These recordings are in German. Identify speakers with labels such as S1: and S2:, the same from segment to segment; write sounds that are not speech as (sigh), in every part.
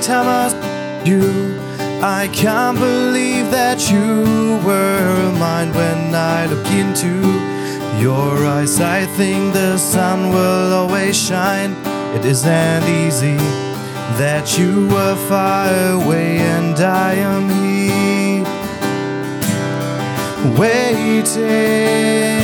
S1: time I s- you, I can't believe that you were mine. When I look into your eyes, I think the sun will always shine. It isn't easy that you were far away and I am here waiting.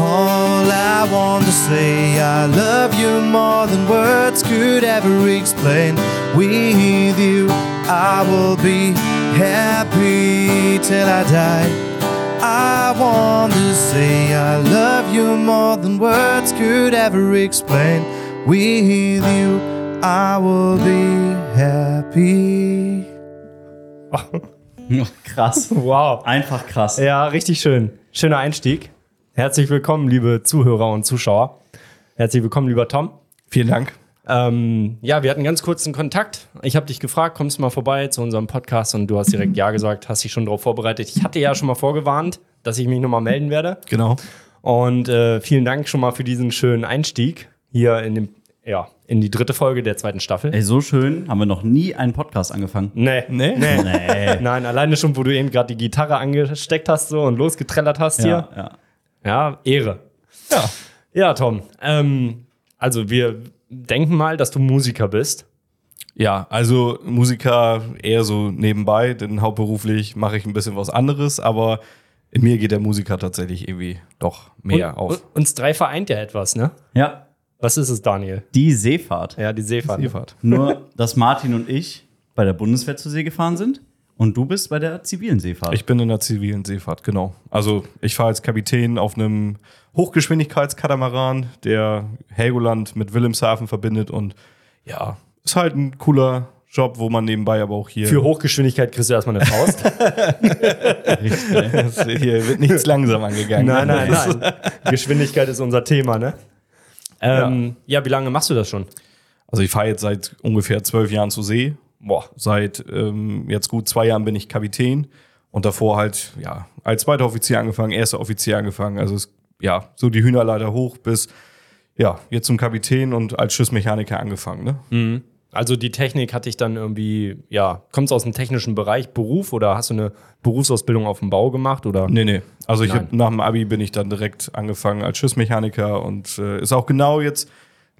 S1: All I want to say, I love you more than words could ever explain. With you, I will be happy till I die. I want to say, I love you more than words could ever explain. With you, I will be happy.
S2: Krass.
S3: Wow.
S2: Einfach krass.
S3: Ja, richtig schön. Schöner Einstieg. Herzlich willkommen, liebe Zuhörer und Zuschauer. Herzlich willkommen, lieber Tom.
S1: Vielen Dank.
S3: Ähm, ja, wir hatten ganz kurzen Kontakt. Ich habe dich gefragt, kommst du mal vorbei zu unserem Podcast und du hast direkt Ja gesagt, hast dich schon darauf vorbereitet. Ich hatte ja schon mal vorgewarnt, dass ich mich nochmal melden werde.
S1: Genau.
S3: Und äh, vielen Dank schon mal für diesen schönen Einstieg hier in, dem, ja, in die dritte Folge der zweiten Staffel.
S2: Ey, so schön haben wir noch nie einen Podcast angefangen.
S3: Nee.
S1: Nee?
S2: Nee.
S1: (laughs)
S3: Nein, alleine schon, wo du eben gerade die Gitarre angesteckt hast so und losgetrellert hast hier.
S2: Ja, ja.
S3: Ja, Ehre.
S1: Ja.
S3: Ja, Tom. Ähm, also wir denken mal, dass du Musiker bist.
S1: Ja, also Musiker eher so nebenbei, denn hauptberuflich mache ich ein bisschen was anderes, aber in mir geht der Musiker tatsächlich irgendwie doch mehr
S3: Und-
S1: auf.
S3: und- Uns drei vereint ja etwas, ne?
S2: ja,
S3: Was ist es, Daniel?
S2: die Seefahrt.
S3: Ja, die Seefahrt.
S1: Seefahrt.
S2: Nur, dass Martin und ich bei der Bundeswehr zur See gefahren sind und du bist bei der zivilen Seefahrt.
S1: Ich bin in der zivilen Seefahrt, genau. Also ich fahre als Kapitän auf einem Hochgeschwindigkeitskatamaran, der Helgoland mit Wilhelmshaven verbindet und ja, ist halt ein cooler Job, wo man nebenbei aber auch hier...
S3: Für Hochgeschwindigkeit kriegst du erstmal eine Faust.
S1: (laughs) hier wird nichts langsam angegangen.
S3: (laughs) nein, nein, nein. Geschwindigkeit ist unser Thema, ne? Ähm, ja. wie lange machst du das schon?
S1: Also ich fahre jetzt seit ungefähr zwölf Jahren zur See. Boah. Seit ähm, jetzt gut zwei Jahren bin ich Kapitän und davor halt, ja, als zweiter Offizier angefangen, erster Offizier angefangen. Also es, ja, so die Hühnerleiter hoch bis, ja, jetzt zum Kapitän und als Schiffsmechaniker angefangen, ne?
S3: Also die Technik hatte ich dann irgendwie, ja, kommst du aus dem technischen Bereich, Beruf oder hast du eine Berufsausbildung auf dem Bau gemacht oder?
S1: Nee, nee. Also ich hab,
S3: Nein.
S1: nach dem Abi bin ich dann direkt angefangen als Schiffsmechaniker und äh, ist auch genau jetzt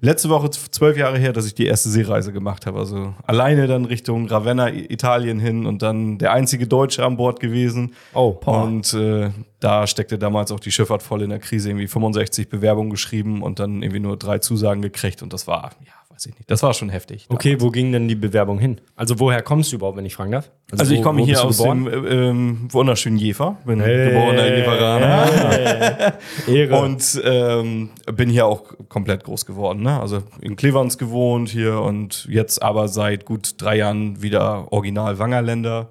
S1: letzte Woche z- zwölf Jahre her, dass ich die erste Seereise gemacht habe. Also alleine dann Richtung Ravenna, I- Italien hin und dann der einzige Deutsche an Bord gewesen.
S3: Oh, boah.
S1: Und äh, da steckte damals auch die Schifffahrt voll in der Krise. Irgendwie 65 Bewerbungen geschrieben und dann irgendwie nur drei Zusagen gekriegt und das war, ja, weiß ich nicht, das war schon heftig.
S3: Okay, wo ging denn die Bewerbung hin? Also woher kommst du überhaupt, wenn ich fragen darf?
S1: Also ich
S3: wo-
S1: komme
S3: wo
S1: hier
S3: bist du
S1: aus
S3: geboren?
S1: dem äh, ähm, wunderschönen Jever, bin
S3: Hey.
S1: geborener Jeveraner.
S3: Ehre.
S1: Und ähm, bin hier auch komplett groß geworden. Ne? Also in Klevans gewohnt hier und jetzt aber seit gut drei Jahren wieder original Wangerländer.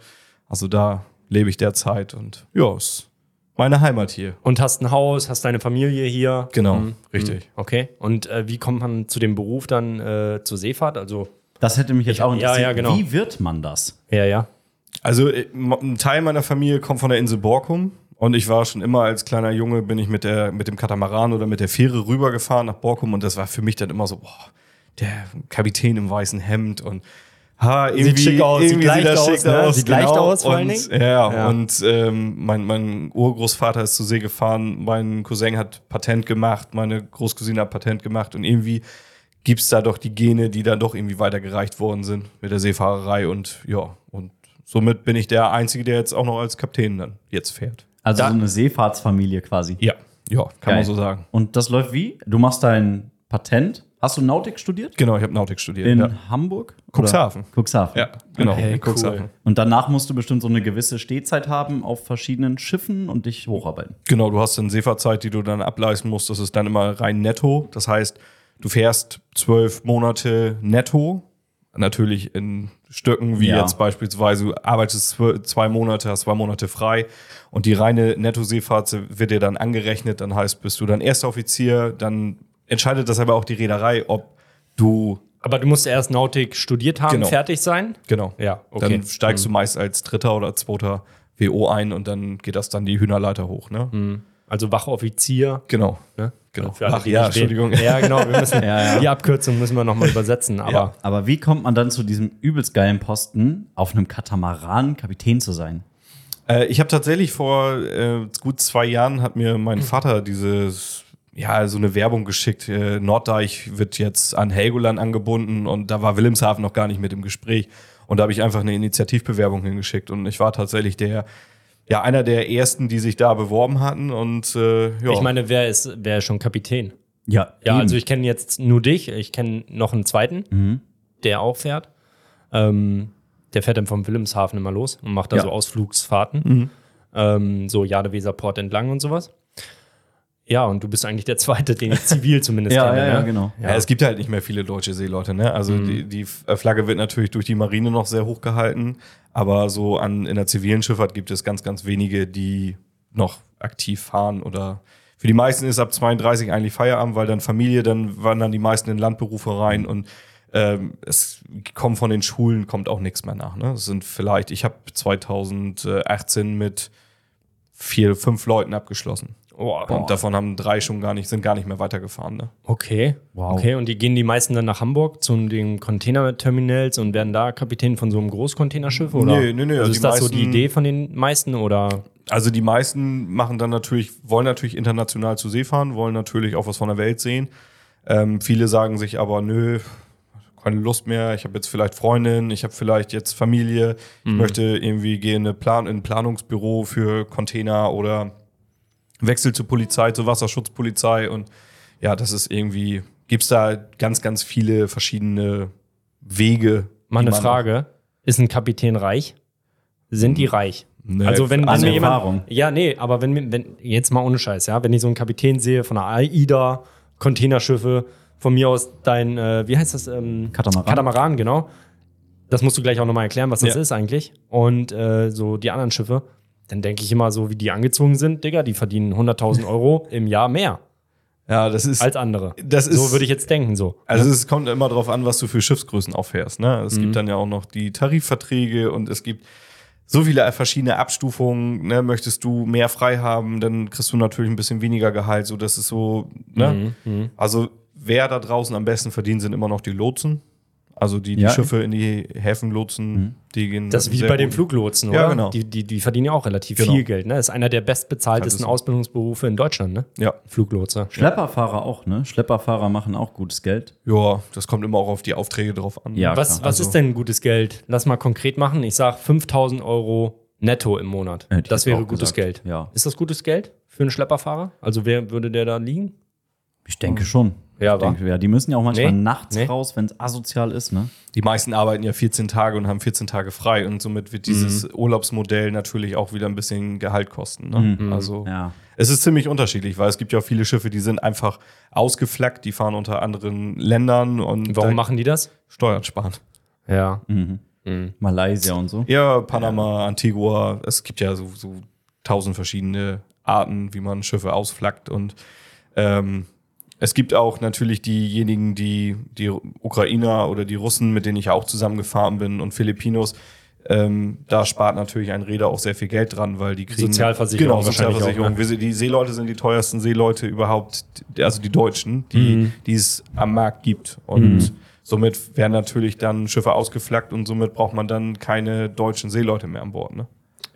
S1: Also da lebe ich derzeit und ja, ist meine Heimat hier.
S3: Und hast ein Haus, hast deine Familie hier.
S1: Genau, richtig.
S3: Okay. Und äh, wie kommt man zu dem Beruf dann äh, zur Seefahrt? Also,
S2: Das hätte mich jetzt auch
S3: ja,
S2: interessiert.
S3: ja, genau.
S2: Wie wird man das?
S3: ja, ja.
S1: Also äh, m- ein Teil meiner Familie kommt von der Insel Borkum und ich war schon immer als kleiner Junge, bin ich mit, der, mit dem Katamaran oder mit der Fähre rübergefahren nach Borkum und das war für mich dann immer so, boah, der Kapitän im weißen Hemd und ha, irgendwie,
S3: schick aus, sieht
S1: irgendwie
S3: leicht
S1: das
S3: aus,
S1: schick genau.
S3: ne? Sieht leicht aus vor allen
S1: und,
S3: Dingen.
S1: ja, ja,
S3: Ja.
S1: und ähm, mein, mein Urgroßvater ist zur See gefahren, mein Cousin hat Patent gemacht, meine Großcousine hat Patent gemacht und irgendwie gibt es da doch die Gene, die dann doch irgendwie weitergereicht worden sind mit der Seefahrerei und ja, und somit bin ich der Einzige, der jetzt auch noch als Kapitän dann jetzt fährt.
S2: Also
S3: Da-
S2: so eine Seefahrtsfamilie quasi.
S1: Ja, ja, kann man
S2: Geil.
S1: so sagen.
S2: Und das läuft wie? Du machst dein Patent. Hast du Nautik studiert?
S1: Genau, ich habe Nautik studiert.
S2: In
S1: ja.
S2: Hamburg? Oder-
S1: Cuxhaven.
S2: Cuxhaven.
S1: ja, genau.
S3: Okay,
S1: in Cuxhaven.
S3: cool.
S2: Und danach musst du bestimmt so eine gewisse Stehzeit haben auf verschiedenen Schiffen und dich hocharbeiten.
S1: Genau, du hast dann Seefahrtzeit, die du dann ableisten musst. Das ist dann immer rein netto. Das heißt, du fährst zwölf Monate netto. Natürlich in Stücken, wie
S2: Ja.
S1: jetzt beispielsweise, du arbeitest zw- zwei Monate, hast zwei Monate frei und die reine Netto-Seefahrt wird dir dann angerechnet. Dann heißt, bist du dann erster Offizier, dann entscheidet das aber auch die Reederei, ob du,
S3: Aber du musst erst Nautik studiert haben,
S1: Uh. Genau.
S3: fertig sein.
S1: genau,
S3: Ja, okay. Hm.
S1: dann steigst du meist als dritter oder zweiter WO ein und dann geht das dann die Hühnerleiter hoch. Ne?
S3: Also Wachoffizier.
S1: Genau.
S3: Ne?
S1: Genau.
S3: Für alle,
S1: Ach
S3: die
S1: ja,
S3: nicht
S1: Entschuldigung.
S3: reden. Ja, genau. Wir
S1: (laughs)
S3: müssen,
S2: Ja, ja.
S3: Die Abkürzung müssen wir nochmal übersetzen. Aber
S1: Ja.
S2: Aber wie kommt man dann zu diesem übelst geilen Posten, auf einem Katamaran Kapitän zu sein?
S1: Äh, ich habe tatsächlich vor äh, gut zwei Jahren hat mir mein
S3: Hm.
S1: Vater dieses ja so eine Werbung geschickt. Äh, Norddeich wird jetzt an Helgoland angebunden und da war Wilhelmshaven noch gar nicht mit im Gespräch und da habe ich einfach eine Initiativbewerbung hingeschickt und ich war tatsächlich der ja einer der ersten, die sich da beworben hatten und äh, ja.
S3: ich meine, wer ist, wer ist schon Kapitän?
S2: Ja,
S3: Ja, also ich kenne jetzt nur dich. Ich kenne noch einen zweiten,
S2: Mhm.
S3: der auch fährt. Ähm, der fährt dann vom Wilhelmshaven immer los und macht da
S2: Ja. Mhm.
S3: so Ausflugsfahrten. Ähm, so Jadeweserport entlang und sowas. Ja, und du bist eigentlich der Zweite, den
S2: (laughs)
S3: ich zivil zumindest
S2: Ja,
S3: kenne.
S2: ja,
S3: ne?
S2: ja, genau.
S1: Ja. es gibt halt nicht mehr viele deutsche Seeleute, ne? Also die, die F- äh, Flagge wird natürlich durch die Marine noch sehr hoch gehalten, aber so an, in der zivilen Schifffahrt gibt es ganz, ganz wenige, die noch aktiv fahren oder für die meisten ist ab 32 eigentlich Feierabend, weil dann Familie, dann wandern die meisten in Landberufe rein und ähm, es kommt von den Schulen kommt auch nichts mehr nach. Ne? Es sind vielleicht, ich habe 2018 mit vier, fünf Leuten abgeschlossen.
S3: Boah.
S1: Und davon haben drei schon gar nicht, sind gar nicht mehr weitergefahren. Ne?
S3: Okay.
S2: Wow.
S3: Okay, und die gehen die meisten dann nach Hamburg zu den Containerterminals und werden da Kapitän von so einem Großcontainerschiff? Oder?
S1: Nö, nö, nö,
S3: Also
S1: die
S3: ist das so die
S1: meisten-
S3: Idee von den meisten? Oder
S1: Also die meisten machen dann natürlich, wollen natürlich international zu See fahren, wollen natürlich auch was von der Welt sehen. Ähm, viele sagen sich aber, nö, keine Lust mehr, ich habe jetzt vielleicht Freundin, ich habe vielleicht jetzt Familie, ich
S3: Mhm.
S1: möchte irgendwie gehen in, eine Plan in ein Planungsbüro für Container oder Wechsel zur Polizei, zur Wasserschutzpolizei und ja, das ist irgendwie, gibt's da ganz, ganz viele verschiedene Wege.
S3: mal
S1: die
S3: eine
S1: man-
S3: Frage: Ist ein Kapitän reich? Sind die reich?
S1: Hm. Nee,
S3: also wenn, wenn
S2: also
S3: mir
S2: Erfahrung.
S3: jemand, ja nee, aber wenn, mir- wenn jetzt mal ohne Scheiß, ja, wenn ich so einen Kapitän sehe von einer AIDA Containerschiffe, von mir aus dein, äh, wie heißt das? Ähm,
S2: Katamaran.
S3: Katamaran, genau. Das musst du gleich auch nochmal erklären, was das
S1: Ja.
S3: ist eigentlich. Und äh, so die anderen Schiffe, dann denke ich immer so, wie die angezogen sind, Digga, die verdienen 100.000 Euro im Jahr mehr
S1: Ja, das ist
S3: als andere.
S1: Das ist-
S3: so würde ich jetzt denken, so.
S1: Also es kommt immer darauf an, was du für Schiffsgrößen auffährst. Ne? Es
S3: Mhm.
S1: gibt dann ja auch noch die Tarifverträge und es gibt so viele verschiedene Abstufungen. Ne? Möchtest du mehr frei haben, dann kriegst du natürlich ein bisschen weniger Gehalt. So, das ist so.
S3: Mhm.
S1: Ne?
S3: Hm.
S1: Also wer da draußen am besten verdient, sind immer noch die Lotsen. Also die, die
S2: Ja.
S1: Schiffe in die Häfen lotsen, die gehen.
S3: Mhm. Das ist wie
S1: sehr
S3: bei den
S1: gut.
S3: Fluglotsen, oder?
S1: Ja, genau.
S3: die, die, die verdienen ja auch relativ
S1: Genau.
S3: viel Geld, ne? Ist einer der bestbezahltesten
S1: Kannst du-
S3: Ausbildungsberufe in Deutschland, ne?
S1: Ja.
S3: Fluglotse.
S2: Schlepperfahrer auch, ne? Schlepperfahrer machen auch gutes Geld.
S1: ja, das kommt immer auch auf die Aufträge drauf an.
S2: Ja.
S3: Was,
S2: klar.
S3: was ist denn gutes Geld? Lass mal konkret machen. Ich sag 5000 Euro netto im Monat.
S2: Hätte ich
S3: das
S2: jetzt
S3: wäre
S2: auch
S3: gutes
S2: gesagt,
S3: Geld.
S2: ja.
S3: Ist das gutes Geld für einen Schlepperfahrer? Also wer würde der da liegen?
S2: Ich denke schon.
S3: Ja,
S2: Mhm. ich
S3: wa?
S2: denke, ja, die müssen ja auch manchmal
S3: Nee,
S2: nachts
S3: nee.
S2: raus, wenn es asozial ist, ne?
S1: Die meisten arbeiten ja 14 Tage und haben 14 Tage frei und somit wird dieses
S3: Mhm.
S1: Urlaubsmodell natürlich auch wieder ein bisschen Gehalt kosten. Ne?
S3: Mhm.
S1: Also
S2: Ja.
S1: es ist ziemlich unterschiedlich, weil es gibt ja auch viele Schiffe, die sind einfach ausgeflaggt, die fahren unter anderen Ländern und
S3: Warum
S1: da-
S3: machen die das?
S1: Steuern sparen.
S3: Ja.
S1: Mhm.
S2: Malaysia und so.
S1: Ja, Panama, Antigua, es gibt ja so, so tausend verschiedene Arten, wie man Schiffe ausflaggt und ähm, es gibt auch natürlich diejenigen, die die Ukrainer oder die Russen, mit denen ich ja auch zusammengefahren bin und Filipinos. Ähm, da spart natürlich ein Reeder auch sehr viel Geld dran, weil die kriegen
S3: Sozialversicherung
S1: Genau,
S3: wahrscheinlich
S1: Sozialversicherung.
S3: auch, ne?
S1: Wir sind- Die Seeleute sind die teuersten Seeleute überhaupt, die- also die Deutschen, die,
S3: Mhm.
S1: die es am Markt gibt. Und somit werden natürlich dann Schiffe ausgeflaggt und somit braucht man dann keine deutschen Seeleute mehr an Bord. Ne?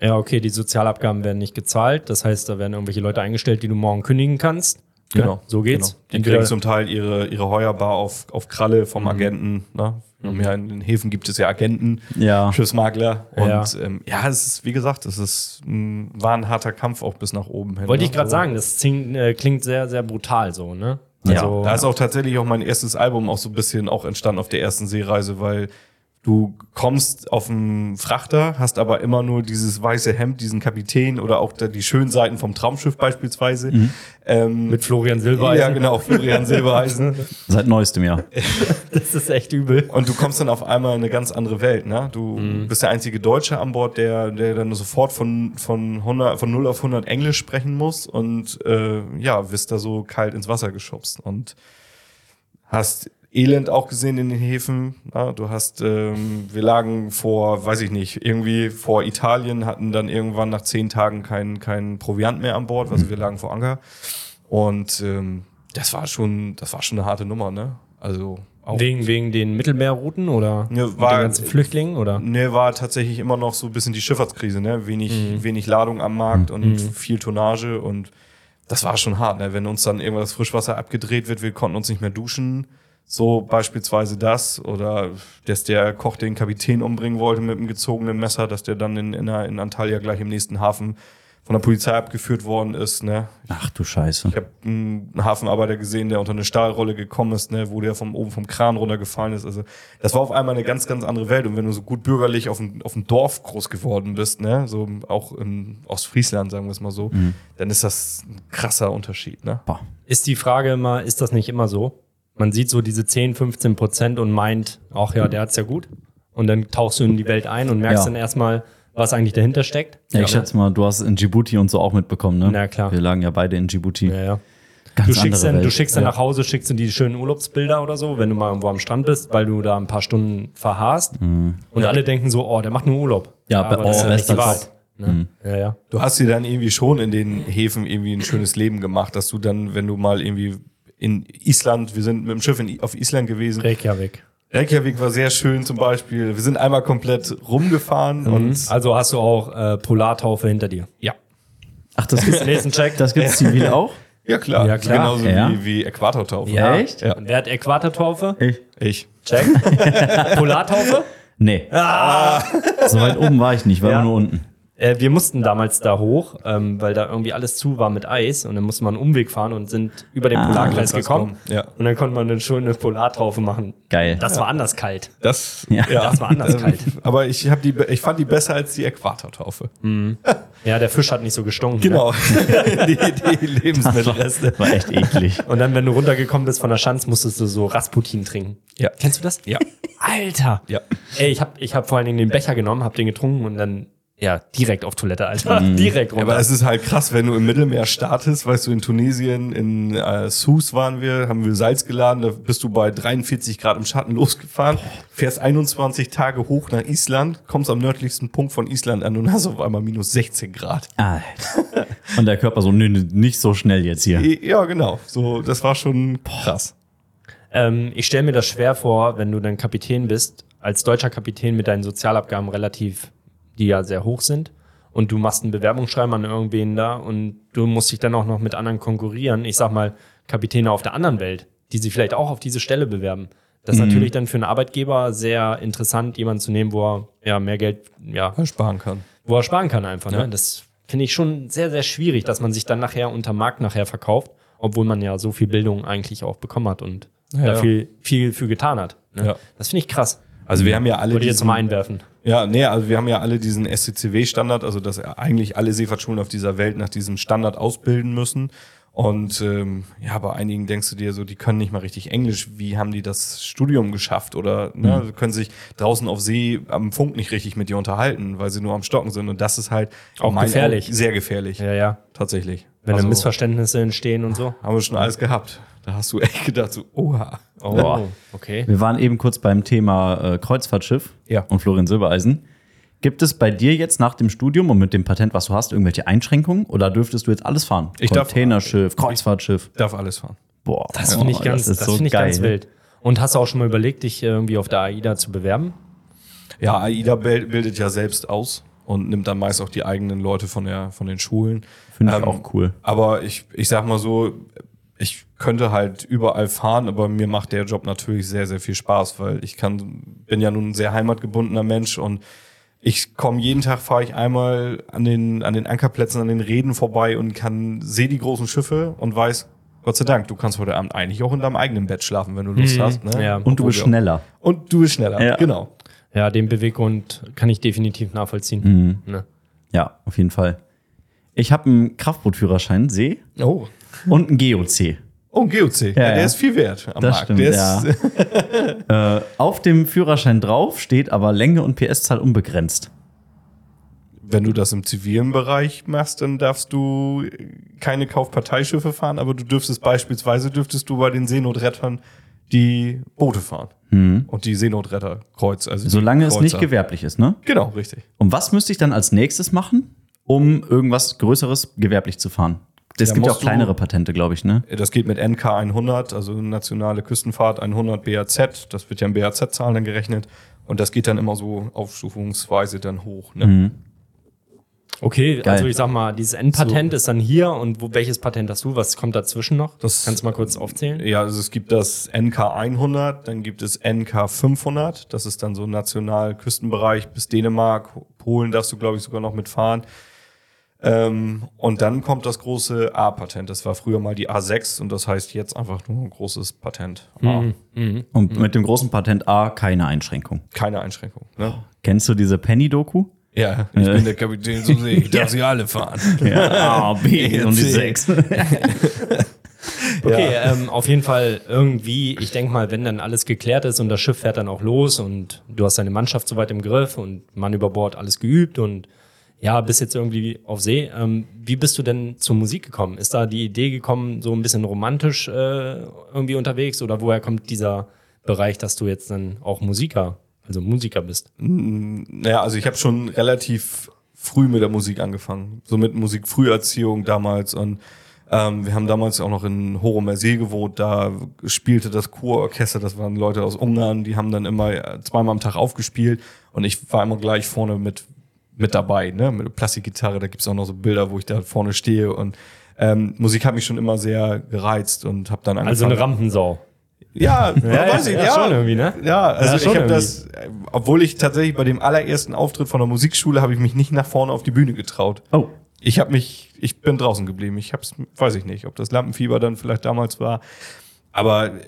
S3: Ja, okay, die Sozialabgaben werden nicht gezahlt. Das heißt, da werden irgendwelche Leute eingestellt, die du morgen kündigen kannst. Ne? So geht's.
S1: Genau. Die kriegen zum Teil ihre, ihre Heuerbar auf, auf Kralle vom
S3: Mhm.
S1: Agenten. Ne? Ja, in den Häfen gibt es ja Agenten,
S2: Ja.
S1: Schiffsmakler. Und
S3: Ja.
S1: ja, ähm, ja es ist, wie gesagt, es ist ein, war ein harter Kampf auch bis nach oben hin.
S3: Wollte
S1: ne?
S3: ich gerade
S1: Also,
S3: sagen, das klingt, äh, klingt sehr, sehr brutal so, ne?
S2: Ja,
S1: Da ist auch tatsächlich auch mein erstes Album auch so ein bisschen auch entstanden auf der ersten Seereise, weil du kommst auf einen Frachter, hast aber immer nur dieses weiße Hemd, diesen Kapitän oder auch da die schönen Seiten vom Traumschiff beispielsweise. Ähm,
S3: Mhm. mit Florian Silbereisen.
S1: ja, genau, Florian Silbereisen.
S2: Seit neuestem Jahr.
S3: (laughs) Das ist echt übel.
S1: Und du kommst dann auf einmal in eine ganz andere Welt, ne? Du bist der einzige Deutsche an Bord, der, der dann sofort von, von, 100, von 0 auf 100 Englisch sprechen muss und äh, ja, wirst da so kalt ins Wasser geschubst und hast Elend auch gesehen in den Häfen. Ja, du hast, ähm, wir lagen vor, weiß ich nicht, irgendwie vor Italien, hatten dann irgendwann nach zehn Tagen keinen kein Proviant mehr an Bord, also wir lagen vor Anker. Und ähm, das war schon, das war schon eine harte Nummer, ne? Also auch.
S3: Wegen, wegen den Mittelmeerrouten oder
S1: Ja,
S3: mit den
S1: war-
S3: ganzen Flüchtlingen oder?
S1: Ne, war tatsächlich immer noch so ein bisschen die Schifffahrtskrise, ne? Wenig, wenig Ladung am Markt und viel Tonnage und das war schon hart, ne? Wenn uns dann irgendwas Frischwasser abgedreht wird, wir konnten uns nicht mehr duschen. So beispielsweise das oder dass der Koch den Kapitän umbringen wollte mit einem gezogenen Messer, dass der dann in, in, in Antalya gleich im nächsten Hafen von der Polizei abgeführt worden ist, ne?
S2: Ach du Scheiße.
S1: Ich habe einen Hafenarbeiter gesehen, der unter eine Stahlrolle gekommen ist, ne, wo der vom oben vom Kran runtergefallen ist. Also das war auf einmal eine ganz, ganz andere Welt. Und wenn du so gut bürgerlich auf dem, auf dem Dorf groß geworden bist, ne, so auch im Ostfriesland, sagen wir es mal so, dann ist das ein krasser Unterschied, ne?
S2: Boah.
S3: Ist die Frage immer, ist das nicht immer so? Man sieht so diese 10, 15 Prozent und meint, ach ja, der hat's ja gut. Und dann tauchst du in die Welt ein und merkst
S2: Ja.
S3: dann erstmal, was eigentlich dahinter steckt.
S2: Ja, ich schätze mal, du hast es in Djibouti und so auch mitbekommen, ne?
S3: Na klar.
S2: Wir lagen ja beide in Djibouti.
S3: Ja, ja.
S2: Ganz
S3: Du schickst,
S2: andere
S3: dann, du
S2: Welt.
S3: schickst dann nach Hause, schickst du die schönen Urlaubsbilder oder so, wenn du mal irgendwo am Strand bist, weil du da ein paar Stunden verharrst. Und alle denken so, oh, der macht nur Urlaub.
S2: Mhm. Ja, bei-
S3: das
S2: oh, Mhm.
S3: ist ja nicht die
S2: bestens.
S3: Wahrheit. Ne? Ja, ja.
S1: Du hast dir dann irgendwie schon in den Häfen irgendwie ein schönes Leben gemacht, dass du dann, wenn du mal irgendwie in Island, wir sind mit dem Schiff in, auf Island gewesen.
S3: Reykjavik.
S1: Reykjavik war sehr schön zum Beispiel. Wir sind einmal komplett rumgefahren und
S3: Also hast du auch äh, Polartaufe hinter dir.
S1: ja.
S2: Ach, das
S3: (laughs)
S2: gibt's,
S3: Nächsten Check.
S2: das gibt's zivil auch?
S1: Ja, klar.
S3: Ja, klar.
S1: Genauso
S2: Ja.
S1: wie, wie Äquatortaufe.
S3: Ja.
S2: Echt?
S3: Ja. Wer hat Äquatortaufe?
S2: Ich.
S1: Ich.
S2: (laughs)
S3: Check. Polartaufe?
S2: Nee. So weit oben war ich nicht, war
S3: Ja.
S2: immer nur unten.
S3: Äh, wir mussten damals da hoch, ähm, weil da irgendwie alles zu war mit Eis und dann musste man einen Umweg fahren und sind über den
S2: Ah.
S3: Polarkreis gekommen.
S1: Ja.
S3: Und dann konnte man eine schöne Polartaufe machen.
S2: Geil.
S3: Das war anders kalt.
S1: Das,
S2: Ja.
S3: Das war
S1: Ähm.
S3: anders kalt.
S1: Aber ich, hab die, be- ich fand die besser als die Äquatortaufe.
S3: Ja, der Fisch hat nicht so gestunken.
S1: Genau.
S3: Ne?
S1: (laughs) die, die Lebensmittelreste.
S2: War echt eklig.
S3: ne? Und dann, wenn du runtergekommen bist von der Schanze, musstest du so Rasputin trinken.
S1: Ja.
S3: Kennst du das?
S1: Ja.
S3: Alter.
S1: Ja.
S3: Ey, ich hab, ich hab vor allen Dingen den Becher genommen, hab den getrunken und dann, ja, direkt auf Toilette, Alter.
S2: Mhm.
S3: Direkt runter.
S1: Aber es ist halt krass, wenn du im Mittelmeer startest, weißt du, in Tunesien, in äh, Sousse waren wir, haben wir Salz geladen, da bist du bei 43 Grad im Schatten losgefahren, fährst 21 Tage hoch nach Island, kommst am nördlichsten Punkt von Island an und hast auf einmal minus 16 Grad.
S2: Ah. Und der Körper so, nö, nö, nicht so schnell jetzt hier.
S1: Ja, genau. So, das war schon krass.
S3: Ähm, ich stelle mir das schwer vor, wenn du dann Kapitän bist, als deutscher Kapitän mit deinen Sozialabgaben relativ, die ja sehr hoch sind, und du machst ein Bewerbungsschreiben an irgendwen da und du musst dich dann auch noch mit anderen konkurrieren. Ich sag mal, Kapitäne auf der anderen Welt, die sich vielleicht auch auf diese Stelle bewerben. Das ist natürlich dann für einen Arbeitgeber sehr interessant, jemanden zu nehmen, wo er ja mehr Geld, ja,
S1: Sparen kann.
S3: wo er sparen kann einfach.
S1: Ja.
S3: Ne? Das finde ich schon sehr, sehr schwierig, dass man sich dann nachher unter Markt nachher verkauft, obwohl man ja so viel Bildung eigentlich auch bekommen hat und da
S1: ja.
S3: viel, viel für getan hat. Ne?
S1: Ja.
S3: Das finde ich krass.
S1: Also wir haben ja alle
S3: Mhm. Wollte ich jetzt
S1: diesen-
S3: mal einwerfen.
S1: Ja, nee, also wir haben ja alle diesen SCCW-Standard, also dass eigentlich alle Seefahrtschulen auf dieser Welt nach diesem Standard ausbilden müssen. Und ähm, ja, bei einigen denkst du dir so, die können nicht mal richtig Englisch. Wie haben die das Studium geschafft? Oder
S3: Mhm.
S1: ne, können sich draußen auf See am Funk nicht richtig mit dir unterhalten, weil sie nur am Stocken sind. Und das ist halt
S3: Auch
S1: in meinen
S3: gefährlich.
S1: Augen sehr gefährlich,
S3: Ja, ja.
S1: tatsächlich.
S3: Wenn
S1: also,
S3: dann Missverständnisse entstehen und so.
S1: haben wir schon alles gehabt. Da hast du echt gedacht so, oha.
S3: Oh, okay.
S2: Wir waren eben kurz beim Thema äh, Kreuzfahrtschiff
S1: Ja.
S2: und Florian Silbereisen. Gibt es bei dir jetzt nach dem Studium und mit dem Patent, was du hast, irgendwelche Einschränkungen oder dürftest du jetzt alles fahren?
S1: Ich darf-
S2: Containerschiff, Kreuzfahrtschiff.
S1: Darf alles fahren.
S2: Boah,
S3: Das finde ich, ganz, das finde ich ganz wild. Und hast du auch schon mal überlegt, dich irgendwie auf der AIDA zu bewerben?
S1: Ja, AIDA bil- bildet ja selbst aus und nimmt dann meist auch die eigenen Leute von, der, von den Schulen. Ähm,
S2: Finde ich auch cool.
S1: Aber ich, ich sag mal so, ich könnte halt überall fahren, aber mir macht der Job natürlich sehr, sehr viel Spaß, weil ich kann, bin ja nun ein sehr heimatgebundener Mensch und ich komme jeden Tag, fahre ich einmal an den, an den Ankerplätzen, an den Reden vorbei und kann, sehe die großen Schiffe und weiß, Gott sei Dank, du kannst heute Abend eigentlich auch in deinem eigenen Bett schlafen, wenn du Lust hast. Ne?
S3: ja.
S2: Und du bist schneller.
S1: Und du bist schneller,
S2: Mhm. Ja.
S1: genau.
S3: Ja, den Beweggrund kann ich definitiv nachvollziehen. Ne?
S2: Ja, auf jeden Fall. Ich habe einen Kraftbootführerschein, See
S1: Oh.
S2: und einen GOC.
S1: Oh, ein GOC. Ja,
S2: ja.
S1: Der ist viel wert am
S2: Das
S1: Markt.
S2: stimmt,
S1: der ist, äh,
S2: ja. Auf dem Führerschein drauf steht aber Länge und PS-Zahl unbegrenzt.
S1: Wenn du das im zivilen Bereich machst, dann darfst du äh, keine Kaufparteischiffe fahren, aber du dürftest beispielsweise dürftest du bei den Seenotrettern die Boote fahren. Und die Seenotretterkreuz. Also die
S2: Hm. Solange es nicht
S1: Kreuzer.
S2: gewerblich ist, ne?
S1: Genau, richtig.
S2: Und was müsste ich dann als nächstes machen, um irgendwas Größeres gewerblich zu fahren? Es
S1: Da
S2: gibt ja auch
S1: musst du-
S2: kleinere Patente, glaube ich, ne?
S1: Das geht mit NK 100, also Nationale Küstenfahrt 100 BAZ. Das wird ja in BAZ-Zahlen dann gerechnet. Und das geht dann immer so aufstufungsweise dann hoch. Ne?
S2: Hm.
S3: Okay,
S2: Geil.
S3: also ich sag mal, dieses Endpatent ist dann hier und wo, welches Patent hast du? Was kommt dazwischen noch?
S1: Das-
S3: kannst du mal kurz aufzählen.
S1: Ja, also es gibt das NK 100, dann gibt es NK 500. Das ist dann so national Küstenbereich bis Dänemark. Polen darfst du, glaube ich, sogar noch mitfahren. Ähm, und dann kommt das große A-Patent. Das war früher mal die A6 und das heißt jetzt einfach nur ein großes Patent. A.
S2: Und mit dem großen Patent A keine Einschränkung.
S1: Keine Einschränkung. Ne?
S2: Kennst du diese Penny-Doku?
S1: Ja, ich bin der Kapitän, so sehe ich, darf sie alle fahren.
S2: Ja, (laughs) A,
S1: (laughs)
S2: B und die
S1: E C.
S2: 6.
S3: Okay, ähm, auf jeden Fall irgendwie, ich denke mal, wenn dann alles geklärt ist und das Schiff fährt dann auch los und du hast deine Mannschaft soweit im Griff und Mann über Bord alles geübt und ja, bist jetzt irgendwie auf See. Ähm, wie bist du denn zur Musik gekommen? Ist da die Idee gekommen, so ein bisschen romantisch äh, irgendwie unterwegs oder woher kommt dieser Bereich, dass du jetzt dann auch Musiker, also Musiker bist?
S1: Naja, also ich habe schon relativ früh mit der Musik angefangen. So mit Musikfrüherziehung damals. Und ähm, wir haben damals auch noch in Horomelsee gewohnt. Da spielte das Chororchester, das waren Leute aus Ungarn, die haben dann immer äh, zweimal am Tag aufgespielt. Und ich war immer gleich vorne mit, mit dabei, ne? mit der Plastikgitarre. Da gibt's auch noch so Bilder, wo ich da vorne stehe. Und ähm, Musik hat mich schon immer sehr gereizt und habe dann angefangen.
S3: Also eine Rampensau. (laughs)
S1: Ja, weiß ich, ja,
S3: schon irgendwie, ne?
S1: Ja, also
S3: Ja,
S1: ich
S3: schon
S1: habe das, äh, obwohl ich tatsächlich bei dem allerersten Auftritt von der Musikschule habe ich mich nicht nach vorne auf die Bühne getraut.
S2: Oh.
S1: Ich habe mich, ich bin draußen geblieben. Ich hab's, weiß ich nicht, ob das Lampenfieber dann vielleicht damals war, aber äh,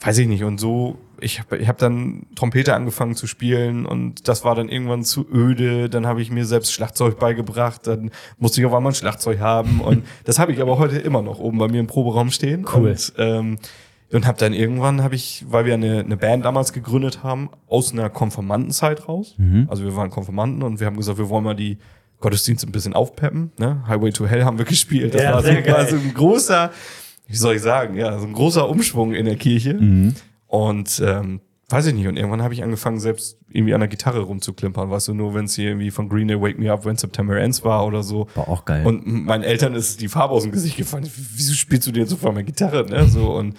S1: weiß ich nicht. Und so, ich habe, ich habe dann Trompete angefangen zu spielen und das war dann irgendwann zu öde. Dann habe ich mir selbst Schlagzeug beigebracht. Dann musste ich auf einmal ein Schlagzeug haben und das habe ich aber heute immer noch oben bei mir im Proberaum stehen.
S3: Cool.
S1: Und, ähm, und habe dann irgendwann habe ich, weil wir eine, eine Band damals gegründet haben, aus einer Konformantenzeit raus. Also wir waren Konformanten und wir haben gesagt, wir wollen mal die Gottesdienste ein bisschen aufpeppen. Ne? Highway to Hell haben wir gespielt. Das
S3: Ja,
S1: war, so,
S3: sehr geil.
S1: war so ein großer, wie soll ich sagen, ja, so ein großer Umschwung in der Kirche. Und ähm, weiß ich nicht. Und irgendwann habe ich angefangen, selbst irgendwie an der Gitarre rumzuklimpern. Weißt du, nur wenn es hier irgendwie von Green Day Wake Me Up, wenn September Ends war oder so.
S2: War auch geil.
S1: Und m- meinen Eltern ist die Farbe aus dem Gesicht gefallen. W- Wieso spielst du dir jetzt so vor meiner Gitarre? Ne? So, und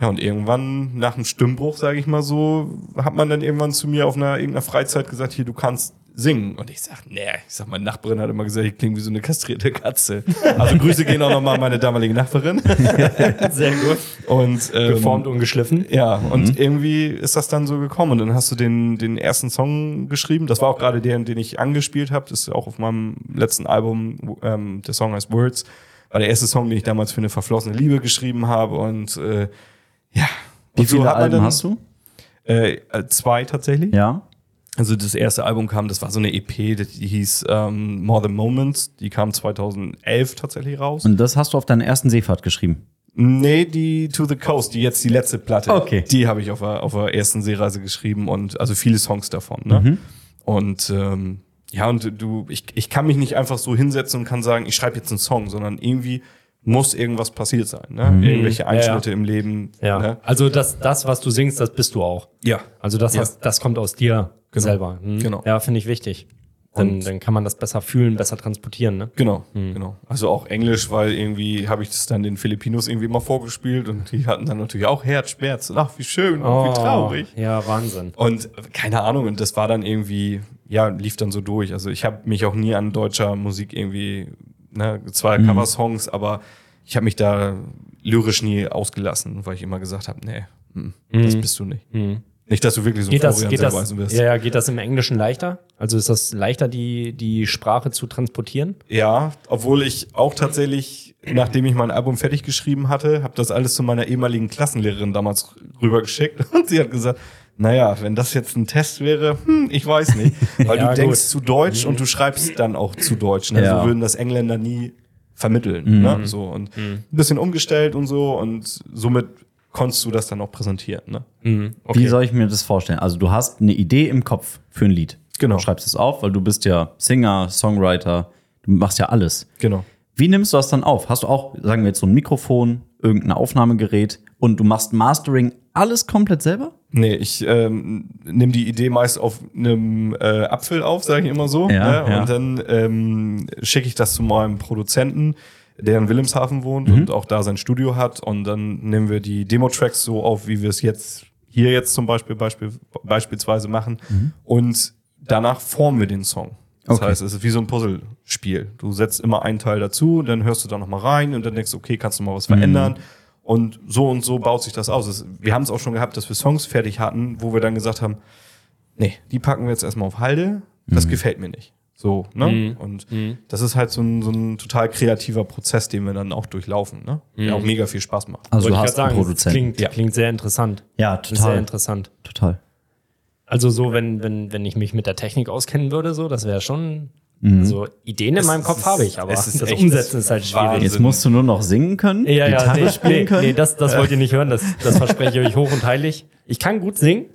S1: ja, und irgendwann, nach dem Stimmbruch, sage ich mal so, hat man dann irgendwann zu mir auf einer irgendeiner Freizeit gesagt, hier, du kannst singen. Und ich sag, nee, ich sag, meine Nachbarin hat immer gesagt, ich klinge wie so eine kastrierte Katze. Also Grüße gehen auch nochmal an meine damalige Nachbarin.
S3: (laughs) Sehr gut.
S1: Und, ähm,
S3: Geformt und geschliffen.
S1: ja,
S2: Mhm.
S1: und irgendwie ist das dann so gekommen. Und dann hast du den, den ersten Song geschrieben. Das war auch gerade der, den ich angespielt habe. Das ist auch auf meinem letzten Album. Ähm, der Song heißt Words. War der erste Song, den ich damals für eine verflossene Liebe geschrieben habe. Und äh, ja.
S2: Wie viele Alben hast du?
S1: Äh, äh, zwei tatsächlich.
S2: Ja.
S1: Also das erste Album kam, das war so eine EP, die hieß ähm, More Than Moments. Die kam 2011 tatsächlich raus.
S2: Und das hast du auf deiner ersten Seefahrt geschrieben.
S1: Nee, die To the Coast, die jetzt die letzte Platte.
S2: Okay.
S1: Die habe ich auf der, auf der ersten Seereise geschrieben und also viele Songs davon. Ne?
S3: Mhm.
S1: Und ähm, ja, und du, ich, ich kann mich nicht einfach so hinsetzen und kann sagen, ich schreibe jetzt einen Song, sondern irgendwie muss irgendwas passiert sein. Ne? Irgendwelche
S3: Mhm. Ja, ja.
S1: Einschnitte im Leben.
S3: Ja.
S1: Ne?
S3: Also das, das, was du singst, das bist du auch.
S1: ja.
S3: Also das,
S1: Ja.
S3: hast, das kommt aus dir
S1: Genau.
S3: selber. Hm?
S1: Genau.
S3: Ja, finde ich wichtig. Dann,
S1: Und-
S3: dann kann man das besser fühlen, besser transportieren. Ne?
S1: Genau, genau. Also auch Englisch, weil irgendwie habe ich das dann den Filipinos irgendwie immer vorgespielt und die hatten dann natürlich auch Herzschmerz. Und Ach, wie schön und wie traurig.
S3: Oh. Ja, Wahnsinn.
S1: Und äh, keine Ahnung, und das war dann irgendwie, ja, lief dann so durch. Also ich habe mich auch nie an deutscher Musik irgendwie, ne, zwar
S3: Mhm.
S1: Coversongs, aber ich habe mich da lyrisch nie ausgelassen, weil ich immer gesagt habe, nee, mm, das bist du nicht. Nicht, dass du wirklich so ein
S3: Mhm. Geht das,
S1: Florian
S3: geht das,
S1: Silbereisen wirst.
S3: ja, ja, geht das im Englischen leichter? Also ist das leichter, die, die Sprache zu transportieren?
S1: Ja, obwohl ich auch tatsächlich, nachdem ich mein Album fertig geschrieben hatte, habe das alles zu meiner ehemaligen Klassenlehrerin damals rübergeschickt (laughs) und sie hat gesagt, naja, wenn das jetzt ein Test wäre, hm, ich weiß
S2: (laughs)
S1: nicht. Weil
S3: Ja,
S1: du
S3: gut.
S1: denkst zu Deutsch und du schreibst dann auch zu Deutsch. Ne?
S2: Mhm. Ja. Mhm.
S1: So würden das Engländer nie vermitteln. Ne? So und ein bisschen umgestellt und so und somit konntest du das dann auch präsentieren. Ne?
S2: Mhm. Wie soll ich mir das vorstellen? Also du hast eine Idee im Kopf für ein Lied.
S1: Genau.
S2: Schreibst es auf, weil du bist ja Singer, Songwriter, du machst ja alles.
S1: Genau.
S2: Wie nimmst du das dann auf? Hast du auch, sagen wir jetzt, so ein Mikrofon, irgendein Aufnahmegerät und du machst Mastering alles komplett selber?
S1: Nee, ich ähm, nehme die Idee meist auf einem äh, Apfel auf, sage ich immer so.
S2: Ja,
S1: ne?
S2: ja.
S1: Und dann ähm, schicke ich das zu meinem Produzenten, der in Wilhelmshaven wohnt und auch da sein Studio hat. Und dann nehmen wir die Demo-Tracks so auf, wie wir es jetzt hier jetzt zum Beispiel, Beispiel beispielsweise machen. Und danach formen wir den Song. Das
S2: Okay.
S1: heißt, es ist wie so ein Puzzlespiel. Du setzt immer einen Teil dazu, dann hörst du da nochmal rein und dann denkst du, okay, kannst du mal was verändern. Und so und so baut sich das aus. Es, wir haben es auch schon gehabt, dass wir Songs fertig hatten, wo wir dann gesagt haben, nee, die packen wir jetzt erstmal auf Halde,
S3: Mhm.
S1: das gefällt mir nicht. So, ne? Und das ist halt so ein, so ein total kreativer Prozess, den wir dann auch durchlaufen, ne? Der auch mega viel Spaß macht.
S2: Also
S3: Wollte
S2: du
S3: ich
S2: hast
S3: grad
S2: einen
S3: sagen,
S2: Produzenten.
S3: Klingt,
S1: Ja.
S3: klingt sehr interessant.
S2: Ja,
S3: Sehr
S2: total.
S3: interessant.
S2: Total.
S3: Also so, wenn, wenn, wenn ich mich mit der Technik auskennen würde, so, das wäre schon. Also Ideen in meinem Kopf habe ich, aber
S1: es ist
S3: das
S1: echt-
S3: Umsetzen ist halt schwierig.
S2: Jetzt musst du nur noch singen können,
S3: Ja, ja,
S2: Gitarre
S3: nee,
S2: spielen
S3: nee,
S2: können.
S3: nee, das, das wollt ihr nicht hören, das, das verspreche ich euch hoch und heilig. Ich kann gut singen,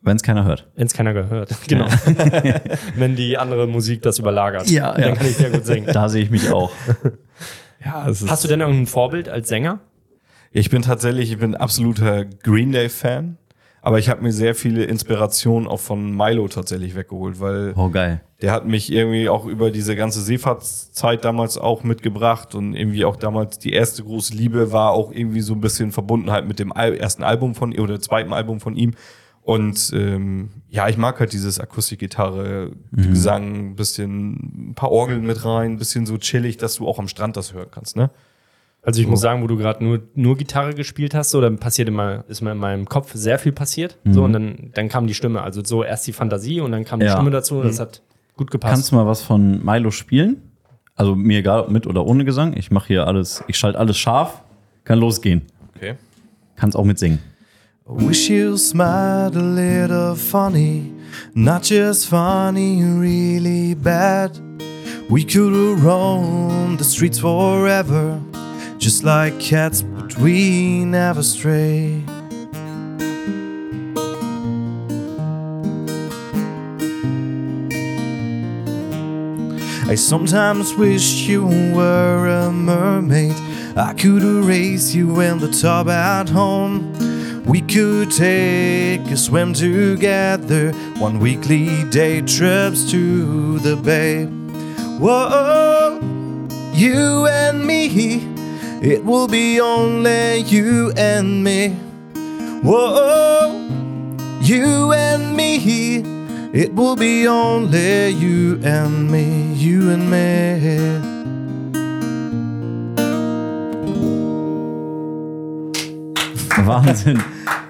S2: Wenn es keiner hört.
S3: wenn es keiner gehört. Genau. (laughs) wenn die andere Musik das überlagert.
S2: Ja,
S3: dann
S2: ja.
S3: kann ich sehr gut singen.
S2: Da sehe ich mich
S3: (laughs)
S2: auch.
S1: Ja, es
S3: Hast du denn irgendein Vorbild als Sänger?
S1: Ich bin tatsächlich, ich bin absoluter Green Day-Fan, aber ich habe mir sehr viele Inspirationen auch von Milo tatsächlich weggeholt, weil
S2: Oh, geil.
S1: der hat mich irgendwie auch über diese ganze Seefahrtszeit damals auch mitgebracht und irgendwie auch damals die erste große Liebe war auch irgendwie so ein bisschen verbunden halt mit dem Al ersten Album von ihm oder zweiten Album von ihm. Und ähm, ja, ich mag halt dieses Akustikgitarre,
S2: Mhm.
S1: Gesang, ein bisschen, ein paar Orgeln mit rein, ein bisschen so chillig, dass du auch am Strand das hören kannst, ne?
S3: Also ich muss sagen, wo du gerade nur, nur Gitarre gespielt hast, so, dann passiert immer, ist mir in meinem Kopf sehr viel passiert. So, und dann, dann kam die Stimme. Also so erst die Fantasie und dann kam die
S2: Mhm. Ja. Mhm.
S3: Stimme dazu und das hat gut gepasst.
S2: Kannst du mal was von Milo spielen? Also mir egal, ob mit oder ohne Gesang. Ich mache hier alles, ich schalte alles scharf. Kann losgehen.
S1: Okay.
S2: Kannst auch mit singen.
S4: Wish you smiled a little funny, not just funny, really bad. We could roam the streets forever, just like cats, but we never stray. I sometimes wish you were a mermaid. I could erase you in the tub at home. We could take a swim together, one weekly day trips to the bay. Whoa, you and me, it will be only you and me. Whoa, you and me. It will be only you and me, you and me.
S2: Wahnsinn.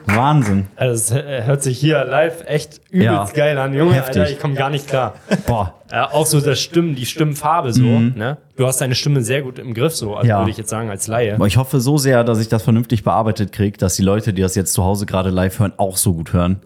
S2: Wahnsinn.
S3: Also es äh, hört sich hier live echt übelst
S2: Ja.
S3: geil an. Junge,
S2: Heftig.
S3: Alter, ich komme gar nicht klar.
S2: Boah.
S3: Äh, auch so das Stimmen, die Stimmenfarbe so. Ne? Du hast deine Stimme sehr gut im Griff so, also
S2: Mhm. Ja.
S3: würde ich jetzt sagen, als Laie.
S2: Aber ich hoffe so sehr, dass ich das vernünftig bearbeitet kriege, dass die Leute, die das jetzt zu Hause gerade live hören, auch so gut hören.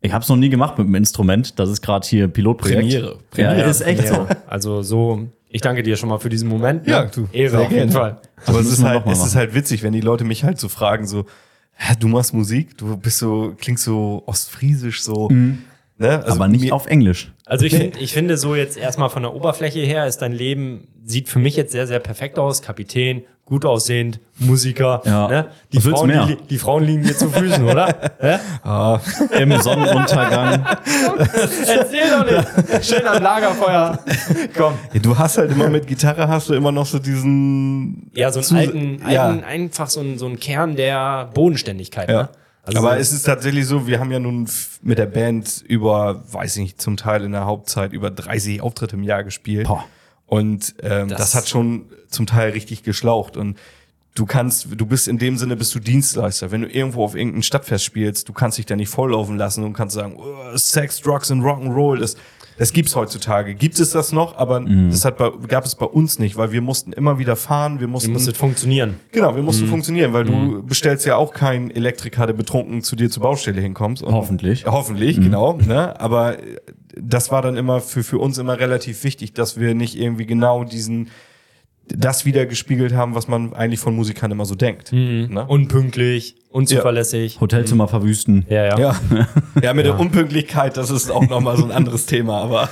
S2: Ich habe es noch nie gemacht mit dem Instrument. Das ist gerade hier Pilotprojekt.
S1: Premiere.
S2: Premiere. Ja, ist echt so.
S3: Ja. Also so, ich danke dir schon mal für diesen Moment.
S1: Ja,
S3: ne?
S1: du,
S3: Ehre
S1: sehr
S3: auf jeden
S1: gerne.
S3: Fall.
S1: Aber
S2: Das
S1: es
S2: müssen
S1: ist,
S2: wir
S1: halt,
S2: noch mal
S1: es ist
S2: machen.
S1: halt witzig, wenn die Leute mich halt so fragen, so, Hä, du machst Musik, du bist so, klingst so ostfriesisch, so. Ne? Also
S2: Mhm. Aber nicht
S1: mir-
S2: auf Englisch.
S3: Also ich, find, ich finde so jetzt erstmal von der Oberfläche her ist dein Leben, sieht für mich jetzt sehr, sehr perfekt aus. Kapitän, gut aussehend, Musiker.
S2: Ja.
S3: Ne? Die,
S2: Was willst
S3: Frauen,
S2: du mehr?
S3: die, li- die Frauen liegen dir zu Füßen, oder? Ja?
S2: Im Sonnenuntergang.
S3: Erzähl doch nicht. Schön am Lagerfeuer. Komm.
S1: Ja, du hast halt immer mit Gitarre, hast du immer noch so diesen.
S3: Ja, so
S1: Zus-
S3: einen alten,
S1: ja.
S3: alten einfach so einen, so einen Kern der Bodenständigkeit.
S1: Ja.
S3: Ne? Also
S1: Aber es ist tatsächlich so, wir haben ja nun f- mit der Band über, weiß ich nicht, zum Teil in der Hauptzeit über 30 Auftritte im Jahr gespielt.
S2: Boah.
S1: Und ähm, das,
S3: Das-
S1: hat schon zum Teil richtig geschlaucht. Und du kannst, du bist in dem Sinne, bist du Dienstleister. Wenn du irgendwo auf irgendeinem Stadtfest spielst, du kannst dich da nicht volllaufen lassen und kannst sagen, "Oh, Sex, Drugs und Rock'n'Roll, das, das gibt's heutzutage. Gibt es das noch, aber das hat bei, gab es bei uns nicht, weil wir mussten immer wieder fahren, wir mussten.
S3: du musst es funktionieren.
S1: Genau, wir mussten funktionieren, weil du bestellst ja auch keinen Elektriker, der betrunken zu dir zur Baustelle hinkommst. Und
S2: Hoffentlich.
S1: Hoffentlich, genau. Ne? Aber äh, das war dann immer für, für uns immer relativ wichtig, dass wir nicht irgendwie genau diesen, das wieder gespiegelt haben, was man eigentlich von Musikern immer so denkt. Ne?
S3: Unpünktlich, unzuverlässig.
S2: Hotelzimmer verwüsten.
S3: Ja, ja.
S1: ja. ja, mit der Unpünktlichkeit, das ist auch nochmal so ein anderes Thema, aber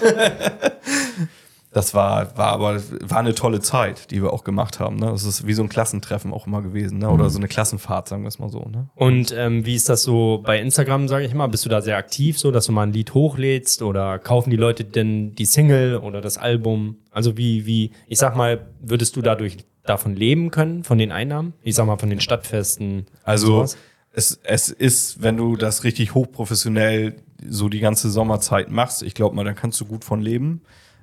S1: Das war, war aber war eine tolle Zeit, die wir auch gemacht haben. Ne? Das ist wie so ein Klassentreffen auch immer gewesen, ne? Oder so eine Klassenfahrt, sagen wir es mal so. Ne?
S3: Und ähm, wie ist das so bei Instagram, sage ich mal? Bist du da sehr aktiv, so dass du mal ein Lied hochlädst oder kaufen die Leute denn die Single oder das Album? Also wie, wie, ich sag mal, würdest du dadurch davon leben können, von den Einnahmen? Ich sag mal, von den Stadtfesten.
S1: Also
S3: sowas?
S1: es, es ist, wenn du das richtig hochprofessionell so die ganze Sommerzeit machst, ich glaube mal, dann kannst du gut von leben.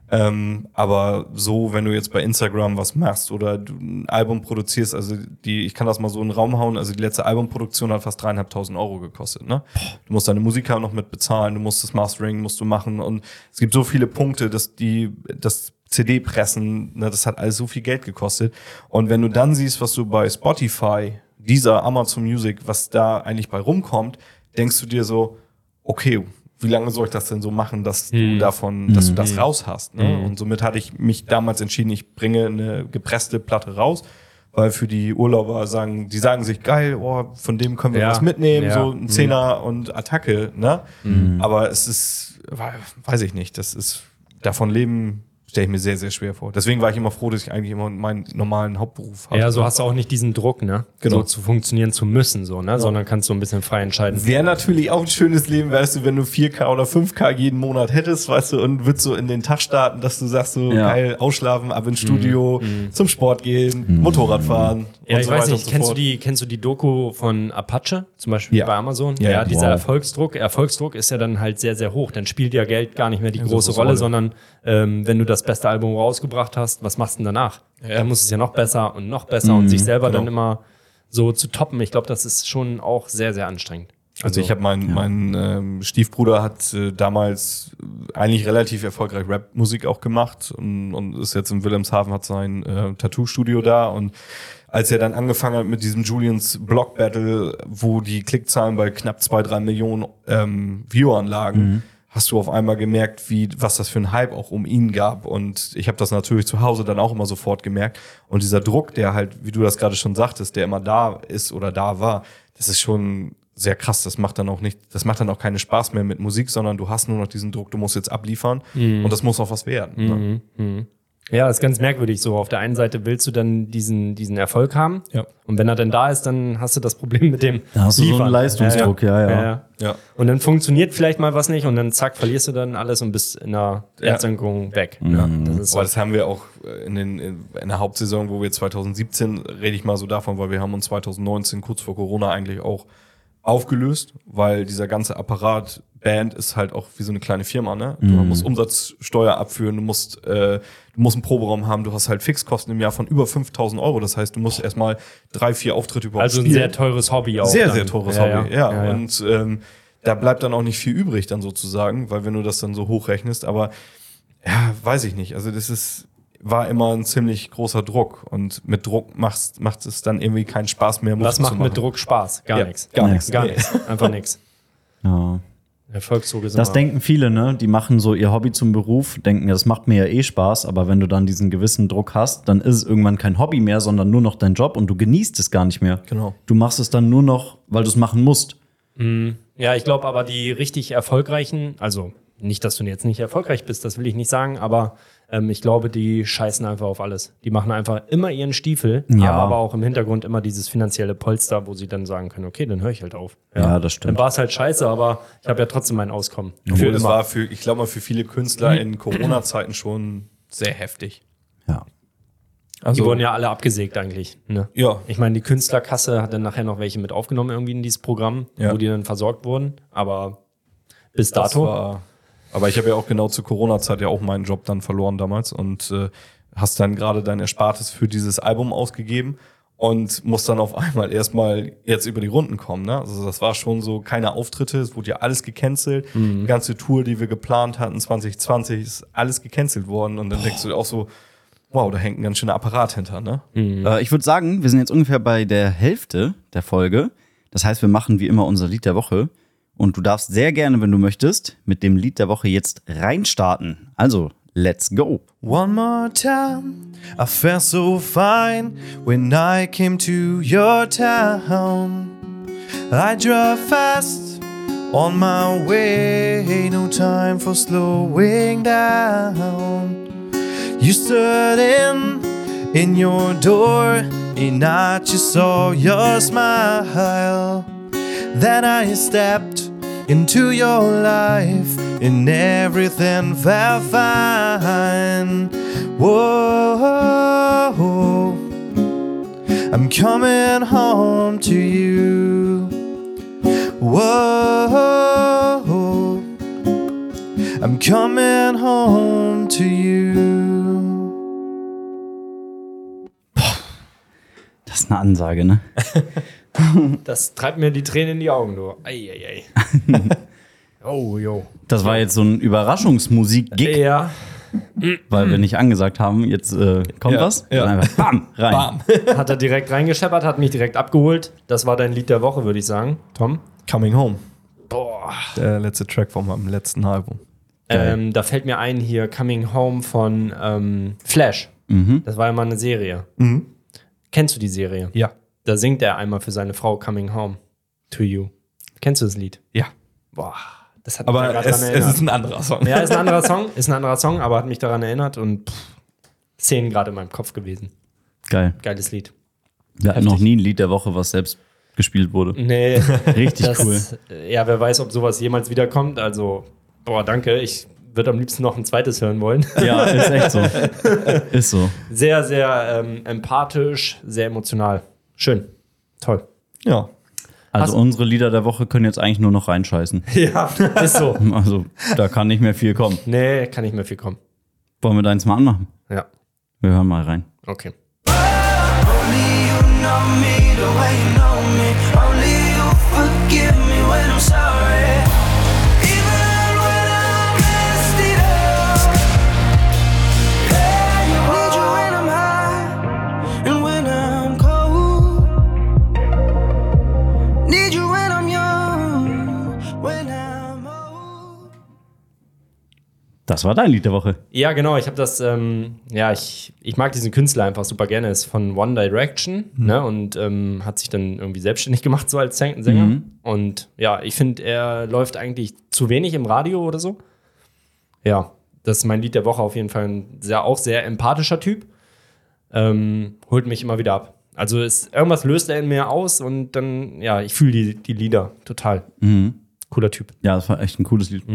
S1: Ähm, aber so, wenn du jetzt bei Instagram was machst oder du ein Album produzierst, also die, ich kann das mal so in den Raum hauen, also die letzte Albumproduktion hat fast dreieinhalbtausend Euro gekostet. Ne? Du musst deine Musiker noch mit bezahlen, du musst das Mastering musst du machen und es gibt so viele Punkte, dass die, dass CD-Pressen, ne, das hat alles so viel Geld gekostet. Und wenn du dann siehst, was du bei Spotify, dieser Amazon Music, was da eigentlich bei rumkommt, denkst du dir so, okay, wie lange soll ich das denn so machen, dass
S3: Hm.
S1: du davon, dass du das raus hast? Ne? Und somit hatte ich mich damals entschieden, ich bringe eine gepresste Platte raus, weil für die Urlauber sagen, die sagen sich geil, oh, von dem können wir
S3: Ja.
S1: was mitnehmen,
S3: Ja. Hm.
S1: so ein Zehner und Attacke, ne? Aber es ist, we- weiß ich nicht, das ist, davon leben stelle ich mir sehr, sehr schwer vor. Deswegen war ich immer froh, dass ich eigentlich immer meinen normalen Hauptberuf habe.
S3: Ja, so hast du auch nicht diesen Druck, ne?
S1: Genau.
S3: So zu funktionieren zu müssen, so, ne? Sondern kannst du ein bisschen frei entscheiden.
S1: Wäre natürlich auch ein schönes Leben, weißt du, wenn du 4K oder 5K jeden Monat hättest, weißt du, und würdest so in den Tag starten, dass du sagst, so
S2: Ja.
S1: geil, ausschlafen, ab ins Studio, zum Sport gehen, Motorrad fahren.
S3: Mhm, Ja,
S1: und
S3: ich
S1: so
S3: weiß
S1: weiter
S3: nicht,
S1: und so
S3: kennst du,
S1: fort.
S3: die, kennst du die Doku von Apache, zum Beispiel
S1: Ja.
S3: bei Amazon?
S1: Ja,
S3: Ja,
S1: wow.
S3: dieser Erfolgsdruck. Erfolgsdruck ist ja dann halt sehr, sehr hoch. Dann spielt ja Geld gar nicht mehr die große
S1: große
S3: Rolle,
S1: Rolle.
S3: sondern ähm, wenn du das beste Album rausgebracht hast, was machst du denn danach? Dann muss es ja noch besser und noch besser
S1: Mhm,
S3: und sich selber dann
S1: genau.
S3: immer so zu toppen. Ich glaube, das ist schon auch sehr, sehr anstrengend.
S1: Also ich habe meinen mein, ähm, Stiefbruder hat äh, damals äh, eigentlich relativ erfolgreich Rap-Musik auch gemacht und, und ist jetzt in Wilhelmshaven, hat sein äh, Tattoo-Studio da und als er dann angefangen hat mit diesem Julians Block Battle, wo die Klickzahlen bei knapp zwei, drei Millionen ähm, Viewern lagen, hast du auf einmal gemerkt, wie was das für ein Hype auch um ihn gab. Und ich habe das natürlich zu Hause dann auch immer sofort gemerkt. Und dieser Druck, der halt, wie du das gerade schon sagtest, der immer da ist oder da war, das ist schon sehr krass. Das macht dann auch nicht, das macht dann auch keinen Spaß mehr mit Musik, sondern du hast nur noch diesen Druck, du musst jetzt abliefern
S3: Mhm.
S1: und das muss auch was werden. Ne?
S3: Ja, ist ganz merkwürdig so. Auf der einen Seite willst du dann diesen, diesen Erfolg haben.
S1: Ja.
S3: Und wenn er dann da ist, dann hast du das Problem mit dem.
S2: Da hast du so einen
S3: Liefern.
S2: Leistungsdruck, ja, ja.
S1: Ja.
S3: Und dann funktioniert vielleicht mal was nicht und dann zack, verlierst du dann alles und bist in der
S1: Ja.
S3: Erdsänkerung weg.
S2: Mhm.
S3: Ja. Das ist
S1: Aber
S3: so.
S1: das haben wir auch äh, in, den, in der Hauptsaison, wo wir 2017, rede ich mal so davon, weil wir haben uns 2019 kurz vor Corona eigentlich auch aufgelöst, weil dieser ganze Apparat Band ist halt auch wie so eine kleine Firma, ne? Du
S3: Mhm.
S1: musst Umsatzsteuer abführen, du musst, äh, du musst einen Proberaum haben, du hast halt Fixkosten im Jahr von über 5000 Euro. Das heißt, du musst erstmal drei, vier Auftritte überhaupt
S3: Also ein sehr teures Hobby auch.
S1: sehr,
S3: dann.
S1: sehr teures
S3: ja,
S1: Hobby. Ja,
S3: Ja. Ja, ja.
S1: und ähm, da bleibt dann auch nicht viel übrig dann sozusagen, weil wenn du das dann so hochrechnest, aber ja, weiß ich nicht. Also das ist war immer ein ziemlich großer Druck und mit Druck machst, macht es dann irgendwie keinen Spaß mehr.
S3: Was
S1: Mucke zu
S3: macht mit
S1: machen.
S3: Druck Spaß? Gar
S1: Ja,
S3: nichts.
S1: Gar
S2: Nee.
S1: nichts.
S3: Gar
S1: Nee.
S3: nichts. Einfach nichts.
S2: Ja.
S3: Erfolgsdruck ist
S2: Das
S3: immer-
S2: denken viele, ne? Die machen so ihr Hobby zum Beruf, denken, das macht mir ja eh Spaß, aber wenn du dann diesen gewissen Druck hast, dann ist es irgendwann kein Hobby mehr, sondern nur noch dein Job und du genießt es gar nicht mehr.
S1: Genau.
S2: Du machst es dann nur noch, weil du es machen musst.
S3: Ja, ich glaube aber die richtig erfolgreichen, also nicht, dass du jetzt nicht erfolgreich bist, das will ich nicht sagen, aber ähm, ich glaube, die scheißen einfach auf alles. Die machen einfach immer ihren Stiefel,
S2: Ja.
S3: haben aber auch im Hintergrund immer dieses finanzielle Polster, wo sie dann sagen können, okay, dann höre ich halt auf.
S2: Ja, das stimmt.
S3: Dann war es halt scheiße, aber ich habe ja trotzdem mein Auskommen.
S1: Für, das war für, ich glaube mal, für viele
S3: Hm?
S1: Künstler in Corona-Zeiten schon sehr heftig.
S2: Ja.
S3: Die wurden ja alle abgesägt eigentlich. Ne?
S1: Ja.
S3: Ich meine, die Künstlerkasse hat dann nachher noch welche mit aufgenommen irgendwie in dieses Programm,
S1: Ja.
S3: wo die dann versorgt wurden, aber bis
S1: Das
S3: dato.
S1: war, aber ich habe ja auch genau zur Corona-Zeit ja auch meinen Job dann verloren damals und äh, hast dann gerade dein Erspartes für dieses Album ausgegeben und musst dann auf einmal erstmal jetzt über die Runden kommen. Ne? Also das war schon so keine Auftritte, es wurde ja alles gecancelt.
S3: Mhm.
S1: Die ganze Tour, die wir geplant hatten 2020, ist alles gecancelt worden und dann denkst du auch so, wow, da hängt ein ganz schöner Apparat hinter. Ne?
S3: Mhm.
S5: Äh, ich würde sagen, wir sind jetzt ungefähr bei der Hälfte der Folge. Das heißt, wir machen wie immer unser Lied der Woche. Und du darfst sehr gerne, wenn du möchtest, mit dem Lied der Woche jetzt reinstarten. Also, let's go.
S4: One more time, I felt so fine when I came to your town. I drove fast on my way, no time for slowing down. You stood in in your door, and I just saw your smile. Then I stepped into your life, and everything felt fine. Whoa, I'm coming home to you. Whoa, I'm coming home to you.
S2: Das ist eine Ansage, ne?
S3: Das treibt mir die Tränen in die Augen, du. Eieiei.
S1: (laughs)
S3: oh, jo.
S2: Das war jetzt so ein Überraschungsmusik-Gig,
S3: Ja.
S2: weil wir nicht angesagt haben, jetzt äh, kommt
S1: Ja,
S2: was.
S1: ja.
S2: Dann einfach bam, rein.
S1: Bam.
S3: Hat er direkt reingescheppert, hat mich direkt abgeholt. Das war dein Lied der Woche, würde ich sagen, Tom.
S1: Coming Home.
S3: Boah.
S1: Der letzte Track vom am letzten Album.
S3: Ähm, da fällt mir ein hier Coming Home von ähm, Flash.
S1: Mhm.
S3: Das war ja mal eine Serie. Kennst du die Serie?
S1: Ja.
S3: Da singt er einmal für seine Frau Coming Home to You. Kennst du das Lied?
S1: Ja.
S3: Boah, das hat mich da
S1: Aber
S3: gerade
S1: es,
S3: dran
S1: es
S3: erinnert.
S1: ist ein anderer Song.
S3: ja, ist ein anderer Song, ist ein anderer Song, aber hat mich daran erinnert und pff, Szenen gerade in meinem Kopf gewesen.
S2: Geil.
S3: Geiles Lied.
S2: Wir hatten noch nie ein Lied der Woche, was selbst gespielt wurde.
S3: Nee,
S2: (laughs) Richtig cool.
S3: Ja, wer weiß, ob sowas jemals wiederkommt. Also, boah, danke. Ich würde am liebsten noch ein zweites
S2: (laughs)
S3: hören wollen.
S2: Ja, ist echt so. Ist so.
S3: Sehr, sehr ähm, empathisch, sehr emotional. Schön. Toll.
S1: Ja.
S2: Also unsere Lieder der Woche können jetzt eigentlich nur noch reinscheißen.
S3: Ja, (laughs)
S2: (laughs)
S3: ist so.
S2: Also da kann nicht mehr viel kommen.
S3: Nee, kann nicht mehr viel kommen.
S2: Wollen wir deins mal anmachen?
S3: Ja,
S2: Wir hören mal rein.
S3: okay.
S6: Only you know me the way you know me. Only you forgive me when I'm sorry. Even when I'm messed it up. Yeah, you need you when I'm high and when I'm cold. Need you when I'm young, when I'm old.
S2: Das war dein Lied der Woche.
S3: Ja, genau. Ich habe das, ähm, ja, ich, ich mag diesen Künstler einfach super gerne. Ist von One Direction ne, und ähm, hat sich dann irgendwie selbstständig gemacht, so als Säng- Sänger. Und ja, ich finde, er läuft eigentlich zu wenig im Radio oder so. Ja, das ist mein Lied der Woche auf jeden Fall. Ein sehr, auch sehr empathischer Typ. Ähm, holt mich immer wieder ab. Also ist, irgendwas löst er in mir aus und dann, ja, ich fühle die, die Lieder total. Cooler Typ.
S2: Ja, das war echt ein cooles Lied.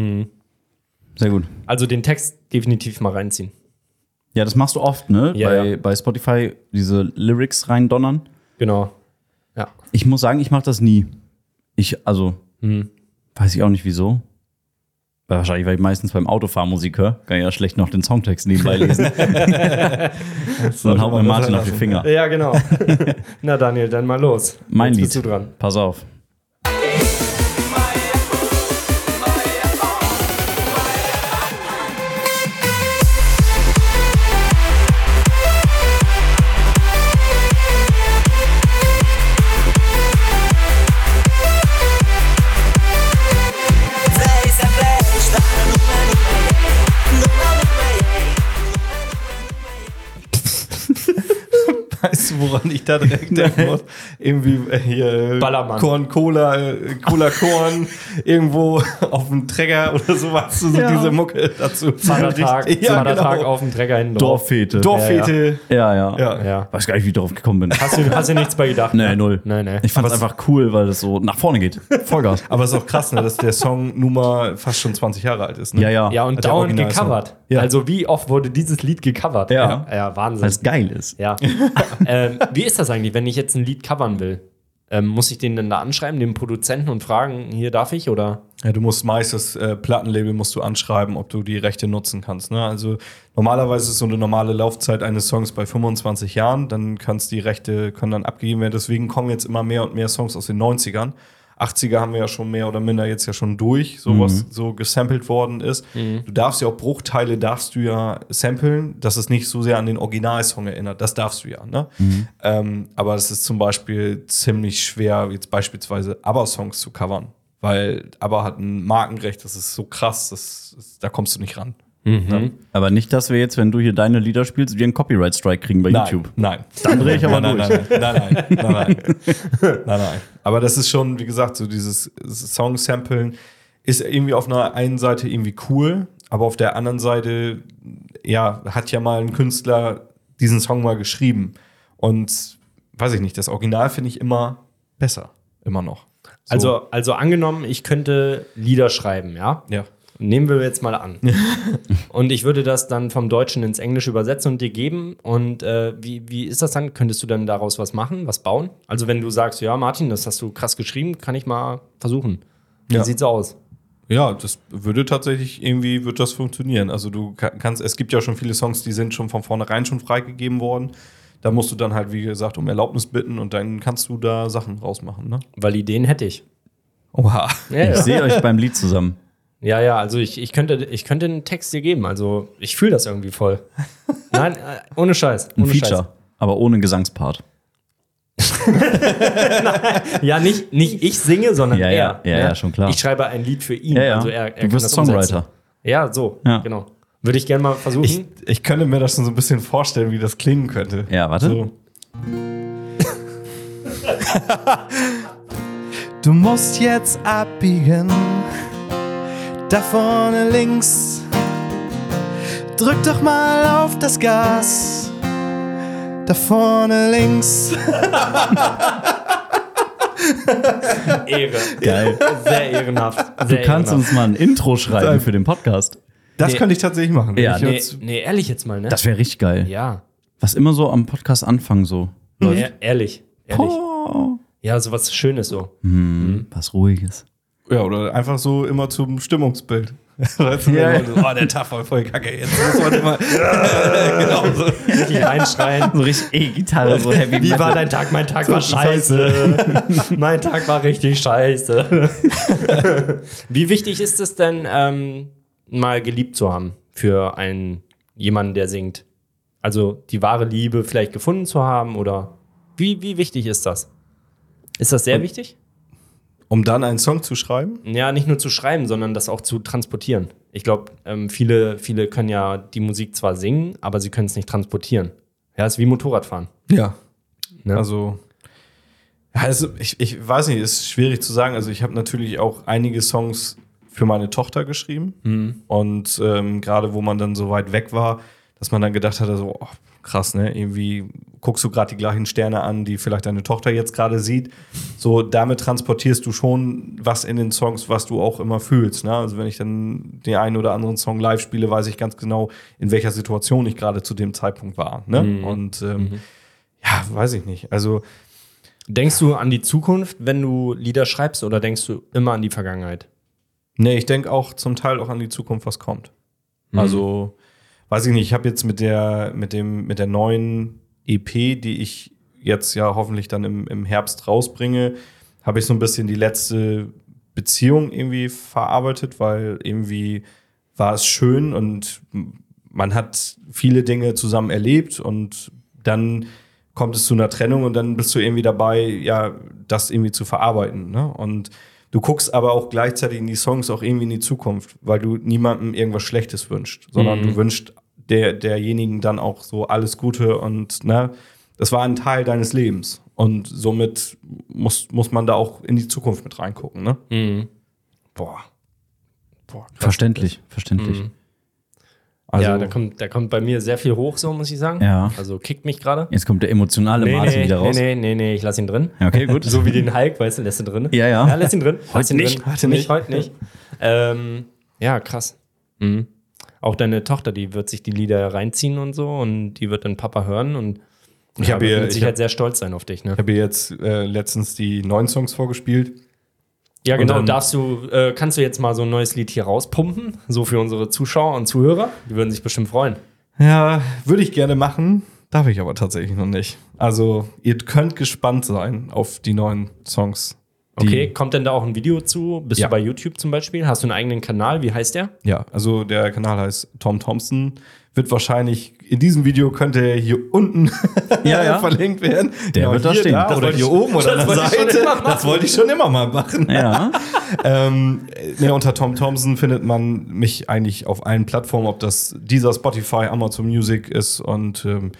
S2: Sehr gut.
S3: Also den Text definitiv mal reinziehen.
S2: Ja, das machst du oft, ne?
S3: Ja,
S2: bei,
S3: ja.
S2: bei Spotify diese Lyrics reindonnern.
S3: Genau. Ja.
S2: Ich muss sagen, ich mache das nie. Ich, also,
S3: Hm.
S2: weiß ich auch nicht wieso. Weil Wahrscheinlich, weil ich meistens beim Autofahren Musik höre. Kann ich ja schlecht noch den Songtext nebenbei lesen.
S3: (laughs)
S2: (laughs) Dann haut mir
S1: man das
S2: Martin auf die
S1: lassen.
S2: Finger.
S3: Ja,
S2: (laughs)
S3: genau. Na, Daniel, dann mal los.
S2: Mein
S3: Jetzt
S2: Lied.
S3: Bist du dran.
S2: Pass auf.
S6: Place a place, start a new man, new man, new man.
S1: Weißt du, woran ich da direkt denken muss? Irgendwie äh, hier äh,
S3: Ballermann.
S1: Korn, Cola, äh, Cola, Korn, irgendwo auf dem Träger oder so, weißt du, so diese Mucke dazu.
S3: Vatertag,
S1: Richtig- (laughs) ja,
S3: Vatertag
S1: genau.
S3: auf dem Träger hin drauf.
S2: Dorffete.
S1: Dorfete.
S2: Ja, ja.
S1: Ja, ja.
S3: Ja.
S2: Weiß gar nicht, wie ich drauf gekommen bin.
S3: Hast du, hast du nichts bei gedacht?
S2: Nee,
S3: ne?
S2: null.
S3: Nee, nee.
S2: Ich fand es einfach cool, weil das so nach vorne
S3: (laughs)
S2: geht. Vollgas.
S1: Aber es ist auch krass, ne, dass der Song nun mal fast schon 20 Jahre alt ist. Ne?
S2: ja, ja.
S3: ja, und
S1: Der
S3: dauernd
S1: Originalsong.
S3: gecovert.
S1: Ja.
S3: Also, wie oft wurde dieses Lied gecovert?
S1: Ja.
S3: Ja, Wahnsinn.
S2: Weil es geil ist. (laughs)
S3: ja. ähm, wie ist das eigentlich, wenn ich jetzt ein Lied covern will? Ähm, muss ich den dann da anschreiben, den Produzenten und fragen, hier darf ich oder?
S1: Ja, du musst meist das äh, Plattenlabel musst du anschreiben, ob du die Rechte nutzen kannst. Ne? Also normalerweise ist so eine normale Laufzeit eines Songs bei 25 Jahren, dann kannst die Rechte können dann abgegeben werden. Deswegen kommen jetzt immer mehr und mehr Songs aus den 90ern. 80er haben wir ja schon mehr oder minder jetzt ja schon durch, so was so gesampelt worden ist. Du darfst ja auch Bruchteile darfst du ja samplen, dass es nicht so sehr an den Originalsong erinnert. Das darfst du ja. Ne? Ähm, aber es ist zum Beispiel ziemlich schwer, jetzt beispielsweise ABBA-Songs zu covern, weil ABBA hat ein Markenrecht, das ist so krass, das ist, da kommst du nicht ran.
S2: Aber nicht, dass wir jetzt, wenn du hier deine Lieder spielst, wir einen Copyright-Strike kriegen bei YouTube.
S1: Nein. Dann
S2: drehe ich aber
S1: nein, nein, Nein, nein, nein, nein, nein. nein, (laughs) nein. Aber das ist schon, wie gesagt, so dieses Song-Samplen ist irgendwie auf einer einen Seite irgendwie cool, aber auf der anderen Seite ja, hat ja mal ein Künstler diesen Song mal geschrieben. Und weiß ich nicht, das Original finde ich immer besser. Immer noch. So.
S3: Also, also angenommen, ich könnte Lieder schreiben, ja?
S1: ja.
S3: Nehmen wir jetzt
S5: (laughs)
S3: mal an. und ich würde das dann vom Deutschen ins Englische übersetzen und dir geben. Und äh, wie, wie ist das dann? Könntest du dann daraus was machen, was bauen? Also, wenn du sagst, ja, Martin, das hast du krass geschrieben, kann ich mal versuchen. Wie
S1: Ja.
S3: sieht's aus?
S1: Ja, das würde tatsächlich irgendwie, wird das funktionieren. Also du ka- kannst, es gibt ja schon viele Songs, die sind schon von vornherein schon freigegeben worden. Da musst du dann halt, wie gesagt, um Erlaubnis bitten und dann kannst du da Sachen rausmachen, ne?
S3: Weil Ideen hätte ich.
S1: Oha.
S3: Ja,
S5: Ich
S3: ja.
S5: sehe euch beim Lied zusammen.
S3: ja, ja also ich, ich, könnte, ich könnte einen Text dir geben. Also, ich fühle das
S5: (laughs)
S3: irgendwie voll. Nein, äh, ohne Scheiß.
S5: Ein
S3: Ohne
S5: Feature, aber ohne Gesangspart.
S3: Scheiß. Ja, nicht, nicht ich singe, sondern
S5: Ja,
S3: er.
S5: ja, ja,
S3: ne?
S5: ja, schon klar.
S3: Ich schreibe ein Lied für ihn.
S5: Ja, ja.
S3: Also er, er
S5: Du
S3: kann
S5: wirst
S3: das
S5: Songwriter.
S3: umsetzen. Ja, so,
S5: Ja.
S3: genau. Würde ich gerne mal versuchen.
S1: Ich, ich könnte mir das schon so ein bisschen vorstellen, wie das klingen könnte.
S5: Ja, warte.
S1: So.
S4: Du musst jetzt abbiegen. Da vorne links. Drück doch mal auf das Gas. Da vorne
S5: (laughs)
S4: links.
S3: Ehre.
S2: (laughs)
S5: Geil.
S3: Sehr ehrenhaft. Sehr
S5: Du kannst uns mal ein Intro schreiben für den Podcast.
S1: Das
S3: Nee.
S1: könnte ich tatsächlich machen.
S5: Ja,
S1: ich
S3: Nee,
S1: jetzt-
S3: nee, ehrlich jetzt mal, ne?
S5: Das wäre richtig geil.
S3: ja.
S5: Was immer so am Podcast anfangen so.
S3: ja. Ehrlich. Ehrlich.
S5: Oh,
S3: Ja, sowas Schönes so.
S2: Hm,
S5: was ruhiges.
S1: ja, oder einfach so immer zum Stimmungsbild. (laughs) Weißt du,
S5: Ja,
S1: wenn man so, Oh, der Tag war voll kacke. Jetzt muss man
S3: (laughs)
S1: immer. (laughs) genau so.
S3: Richtig reinschreien.
S5: So richtig E-Gitarre, so Heavy
S2: (laughs)
S3: Wie war
S5: Metal.
S3: dein Tag? Mein Tag war scheiße. (laughs) mein Tag war richtig scheiße. (laughs) Wie wichtig ist es denn, ähm, mal geliebt zu haben für einen jemanden, der singt? Also die wahre Liebe vielleicht gefunden zu haben oder wie, wie wichtig ist das? Ist das sehr wichtig?
S1: Um dann einen Song zu schreiben?
S3: Ja, nicht nur zu schreiben, sondern das auch zu transportieren. Ich glaube, ähm, viele, viele können ja die Musik zwar singen, aber sie können es nicht transportieren. Ja, ist wie Motorradfahren.
S1: Ja.
S3: Ne?
S1: Also, ja, also ich, ich weiß nicht, ist schwierig zu sagen. Also, ich habe natürlich auch einige Songs für meine Tochter geschrieben. Und ähm, gerade wo man dann so weit weg war, dass man dann gedacht hat, so oh, krass, ne? Irgendwie guckst du gerade die gleichen Sterne an, die vielleicht deine Tochter jetzt gerade sieht. So, damit transportierst du schon was in den Songs, was du auch immer fühlst. Ne? Also wenn ich dann den einen oder anderen Song live spiele, weiß ich ganz genau, in welcher Situation ich gerade zu dem Zeitpunkt war. Ne? Und ähm, ja, weiß ich nicht. Also
S3: Denkst du an die Zukunft, wenn du Lieder schreibst, oder denkst du immer an die Vergangenheit?
S1: Nee, ich denke auch zum Teil auch an die Zukunft, was kommt. Also, weiß ich nicht, ich habe jetzt mit der, mit dem, mit der neuen EP, die ich jetzt ja hoffentlich dann im, im Herbst rausbringe, habe ich so ein bisschen die letzte Beziehung irgendwie verarbeitet, weil irgendwie war es schön und man hat viele Dinge zusammen erlebt und dann kommt es zu einer Trennung und dann bist du irgendwie dabei, ja, das irgendwie zu verarbeiten. Ne? Und du guckst aber auch gleichzeitig in die Songs auch irgendwie in die Zukunft, weil du niemandem irgendwas Schlechtes wünschst, sondern
S3: Mhm.
S1: du wünschst der, derjenigen dann auch so alles Gute und ne, das war ein Teil deines Lebens. Und somit muss, muss man da auch in die Zukunft mit reingucken. Ne?
S3: Mhm. Boah. Boah.
S5: Verständlich, verständlich.
S1: Also,
S3: ja, da kommt, da kommt bei mir sehr viel hoch, so muss ich sagen.
S5: Ja.
S3: Also kickt mich gerade.
S5: Jetzt kommt der emotionale Martin
S3: nee,
S5: wieder raus.
S3: nee, nee, nee, ich lass ihn drin.
S5: Ja,
S3: (laughs)
S5: okay, gut.
S3: So wie den Hulk, weißt du, lässt ihn drin.
S5: Ja, ja.
S3: Ja, lässt ihn drin. Lass ihn
S5: nicht,
S3: Drin. Heute nicht. Heute nicht. ähm, ja, krass. Mhm. Auch deine Tochter, die wird sich die Lieder reinziehen und so und die wird dann Papa hören und
S1: Ich hab
S3: wird
S1: ihr-
S3: mit
S1: ich
S3: Sicherheit
S1: hab-
S3: halt sehr stolz sein auf dich, ne?
S1: ich habe ihr jetzt äh, letztens die neuen Songs vorgespielt.
S3: Ja,
S1: Und
S3: genau.
S1: dann-
S3: Darfst du, äh, kannst du jetzt mal so ein neues Lied hier rauspumpen? So für unsere Zuschauer und Zuhörer. Die würden sich bestimmt freuen.
S1: Ja, würde ich gerne machen, darf ich aber tatsächlich noch nicht. Also, ihr könnt gespannt sein auf die neuen Songs. die-
S3: Okay, kommt denn da auch ein Video zu? Bist
S1: Ja.
S3: du bei YouTube zum Beispiel? Hast du einen eigenen Kanal? Wie heißt der?
S1: Ja, also der Kanal heißt Tom Thompson. Wird wahrscheinlich in diesem Video könnte er hier
S5: (laughs)
S1: unten (laughs) verlinkt werden. Genau,
S5: Der wird da
S1: hier
S5: stehen. Das
S1: oder
S5: wollte
S1: hier oben oder an der Seite. Das wollte ich schon immer mal machen.
S5: Ja.
S1: (laughs) ähm, nee, unter Tom Thompson findet man mich eigentlich auf allen Plattformen, ob das dieser Spotify, Amazon Music ist und ähm,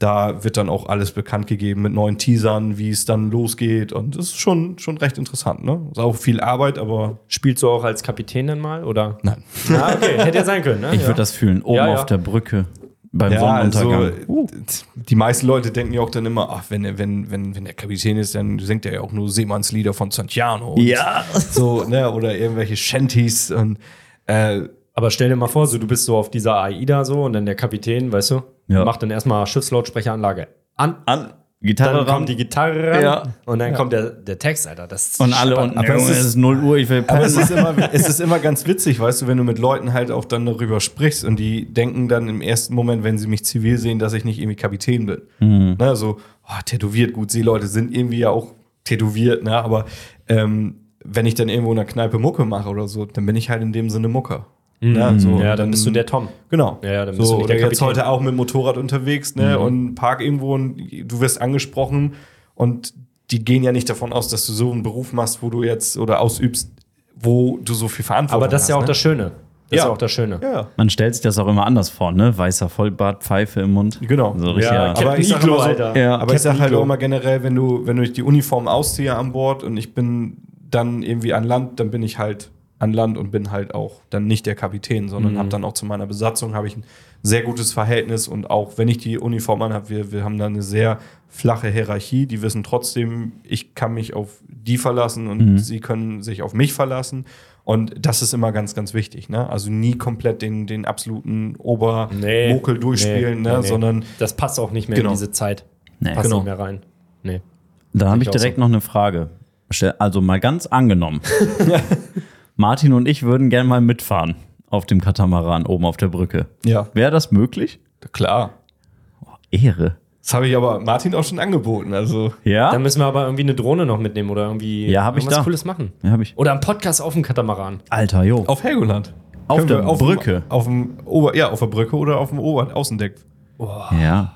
S1: Da wird dann auch alles bekannt gegeben mit neuen Teasern, wie es dann losgeht. Und das ist schon, schon recht interessant. Ne? Ist auch viel Arbeit, aber
S3: Spielst du auch als Kapitän dann mal? Oder?
S1: nein.
S3: Ja, okay, hätte ja sein können. Ne?
S2: Ich
S3: ja.
S2: würde das fühlen, oben
S3: Ja, ja.
S2: auf der Brücke beim
S1: Ja, also,
S2: Sonnenuntergang. Uh.
S1: die meisten Leute denken ja auch dann immer, ach, wenn, er- wenn, wenn, wenn der Kapitän ist, dann singt er ja auch nur Seemannslieder von Santiano. und (laughs) So, ne, oder irgendwelche Shanties. Und äh,
S3: Aber stell dir mal vor, so, du bist so auf dieser AIDA so und dann der Kapitän, weißt du,
S2: Ja.
S3: macht dann erstmal Schiffslautsprecheranlage an.
S2: An
S3: Dann
S2: Gitarre ran
S3: kommt die Gitarre ran
S1: Ja.
S3: und dann kommt der, der Text, Alter. Das
S2: und alle unten.
S1: Aber es
S2: Junge,
S1: ist-
S2: 0 Uhr, ich will
S1: aber es
S2: pennen.
S1: ist, immer, es ist immer ganz witzig, weißt du, wenn du mit Leuten halt auch dann darüber sprichst und die denken dann im ersten Moment, wenn sie mich zivil sehen, dass ich nicht irgendwie Kapitän bin. Ne, so, oh, tätowiert, gut, Seeleute sind irgendwie ja auch tätowiert, ne, aber ähm, wenn ich dann irgendwo in der Kneipe Mucke mache oder so, dann bin ich halt in dem Sinne Mucker. Ne, so,
S3: Mhm. Ja,
S1: und
S3: dann bist du der Tom.
S1: Genau.
S3: Ja, ja, dann
S1: so,
S3: bist du nicht
S1: oder
S3: der
S1: jetzt
S3: Kapitän. Mhm.
S1: heute auch mit dem Motorrad unterwegs ne, und park irgendwo und du wirst angesprochen und die gehen ja nicht davon aus, dass du so einen Beruf machst, wo du jetzt oder ausübst, wo du so viel Verantwortung hast.
S3: Aber das ist ja auch das Schöne. Das ist
S1: ne? Ja.
S3: auch das Schöne.
S1: ne? Ja,
S2: Man stellt sich das auch immer anders vor, ne? Weißer Vollbart, Pfeife im Mund.
S1: genau.
S2: So richtig. Ja,
S3: Captain
S1: aber ich sag
S3: Iglo,
S1: mal so,
S3: Alter.
S2: Ja.
S1: aber ich
S3: Captain
S1: sag halt
S3: Iglo.
S1: auch immer generell, wenn du, wenn du die Uniform ausziehe an Bord und ich bin dann irgendwie an Land, dann bin ich halt an Land und bin halt auch dann nicht der Kapitän,
S3: Mhm.
S1: sondern habe dann auch zu meiner Besatzung habe ich ein sehr gutes Verhältnis und auch wenn ich die Uniform anhabe, wir, wir haben da eine sehr flache Hierarchie, die wissen trotzdem, ich kann mich auf die verlassen und
S3: Mhm.
S1: sie können sich auf mich verlassen und das ist immer ganz, ganz wichtig. Ne? Also nie komplett den, den absoluten
S3: Nee.
S1: Obermokel durchspielen,
S3: Nee,
S1: ne?
S3: nee, nee.
S1: sondern
S3: Das passt auch nicht mehr
S1: Genau.
S3: in diese Zeit.
S2: Nee.
S3: Passt
S1: Genau.
S3: nicht mehr rein. Nee.
S2: Da habe
S3: Sehe
S2: ich
S3: ich auch
S2: direkt noch eine Frage. Stell- Also mal ganz
S3: (laughs)
S2: angenommen. Martin und ich würden gerne mal mitfahren auf dem Katamaran oben auf der Brücke.
S1: ja,
S2: Wäre das möglich?
S1: klar.
S2: Ehre.
S1: Das habe ich aber Martin auch schon angeboten. Also
S2: Ja?
S3: Dann müssen wir aber irgendwie eine Drohne noch mitnehmen oder irgendwie
S2: Ah? Ja, hab ich
S3: irgendwas
S2: da.
S3: Cooles machen.
S2: Ja, hab ich.
S3: Oder einen Podcast auf dem Katamaran.
S2: Alter, jo.
S1: auf Helgoland.
S2: Auf
S1: Können
S2: der
S1: wir
S2: Brücke.
S1: Dem, auf dem Ober, ja, auf der Brücke oder auf dem Ober Außendeck.
S3: Oh.
S2: Ja.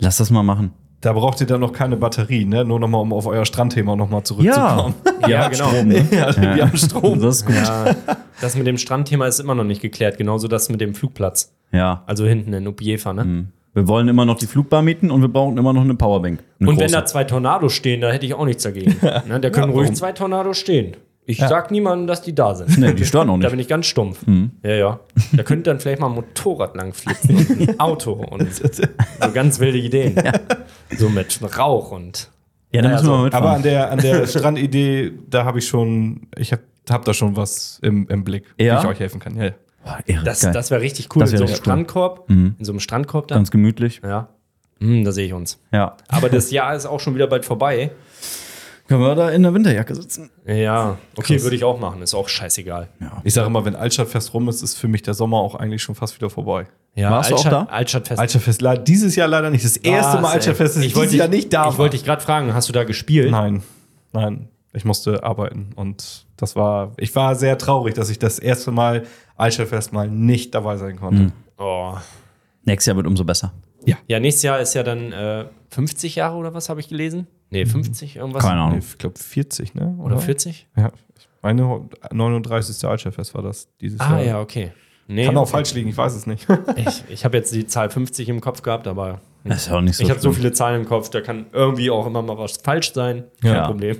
S2: Lass das mal machen.
S1: Da braucht ihr dann noch keine Batterie, ne? Nur nochmal, um auf euer Strandthema nochmal (laughs) zurückzukommen.
S3: (laughs) Ja, genau.
S2: ne?
S1: Ja, wir haben Strom.
S2: Das ist gut. Ja.
S3: Das mit dem Strandthema ist immer noch nicht geklärt. Genauso das mit dem Flugplatz. Also hinten in Upiefa,
S2: Hm,
S3: ne?
S2: Wir wollen immer noch die Flugbar mieten und wir brauchen immer noch eine Powerbank. Eine
S3: Und wenn
S2: große.
S3: da zwei Tornados stehen, da hätte ich auch nichts
S2: (laughs)
S3: dagegen. ne? Da können ruhig zwei Tornados stehen. Ich sag niemandem, dass die da sind.
S2: Nee, die stören auch
S3: (laughs) Da
S2: nicht. Mhm.
S3: bin ich ganz stumpf. Ja, ja. Da könnte dann vielleicht mal ein Motorrad
S2: (laughs)
S3: langflitzen und ein Auto und so ganz wilde Ideen. So mit Rauch und.
S2: Ja, dann müssen wir mal mitfahren.
S1: Aber an der, an (laughs) der Strandidee, da habe ich schon, ich habe hab da schon was im, im Blick,
S2: Ja?
S1: wie ich euch helfen kann. Ja, ja.
S2: Boah, irre,
S3: Das,
S2: geil.
S3: das wäre richtig cool
S2: Das
S3: in so
S2: wär
S3: einem
S2: richtig cool. Mhm.
S3: Strandkorb. In so einem Strandkorb dann.
S2: Ganz gemütlich.
S3: Ja. Hm, da sehe ich uns.
S2: Ja.
S3: Aber das Jahr ist auch schon wieder bald vorbei.
S2: Können wir da in der Winterjacke sitzen?
S3: Ja, okay, würde ich auch machen. Ist auch scheißegal.
S1: Ich sage immer, wenn Altstadtfest rum ist, ist für mich der Sommer auch eigentlich schon fast wieder vorbei.
S3: Ja,
S2: Warst du auch da?
S3: Altstadtfest.
S1: Altstadtfest, le- dieses Jahr leider nicht. Das erste
S3: Was,
S1: Mal
S3: ey?
S1: Altstadtfest, dass
S3: Ich wollte
S1: dieses
S3: dich-
S1: Jahr nicht da
S3: Ich wollte dich gerade fragen, hast du da gespielt?
S1: Nein, nein. Ich musste arbeiten und das war, ich war sehr traurig, dass ich das erste Mal Altstadtfest mal nicht dabei sein konnte.
S3: Oh.
S2: Nächstes Jahr wird umso besser.
S3: Ja, nächstes Jahr ist ja dann äh, 50 Jahre oder was habe ich gelesen? Nee, 50 irgendwas.
S2: Mhm. Keine Ahnung.
S1: Ich glaube 40, ne?
S3: Oder 40?
S1: Ja. Ich meine 39. Altstadtfest war das dieses
S3: Ah
S1: Jahr.
S3: ja, okay. Nee,
S1: Kann auch falsch liegen, ich weiß es nicht. (laughs)
S3: ich, ich habe jetzt die Zahl 50 im Kopf gehabt, aber
S2: Das ist auch nicht so
S3: ich habe so
S2: schlimm.
S3: viele Zahlen im Kopf, da kann irgendwie auch immer mal was falsch sein. Kein
S2: Ja.
S3: Problem.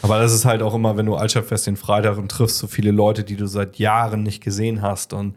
S1: Aber das ist halt auch immer, wenn du Altstadtfest den Freitag und triffst so viele Leute, die du seit Jahren nicht gesehen hast und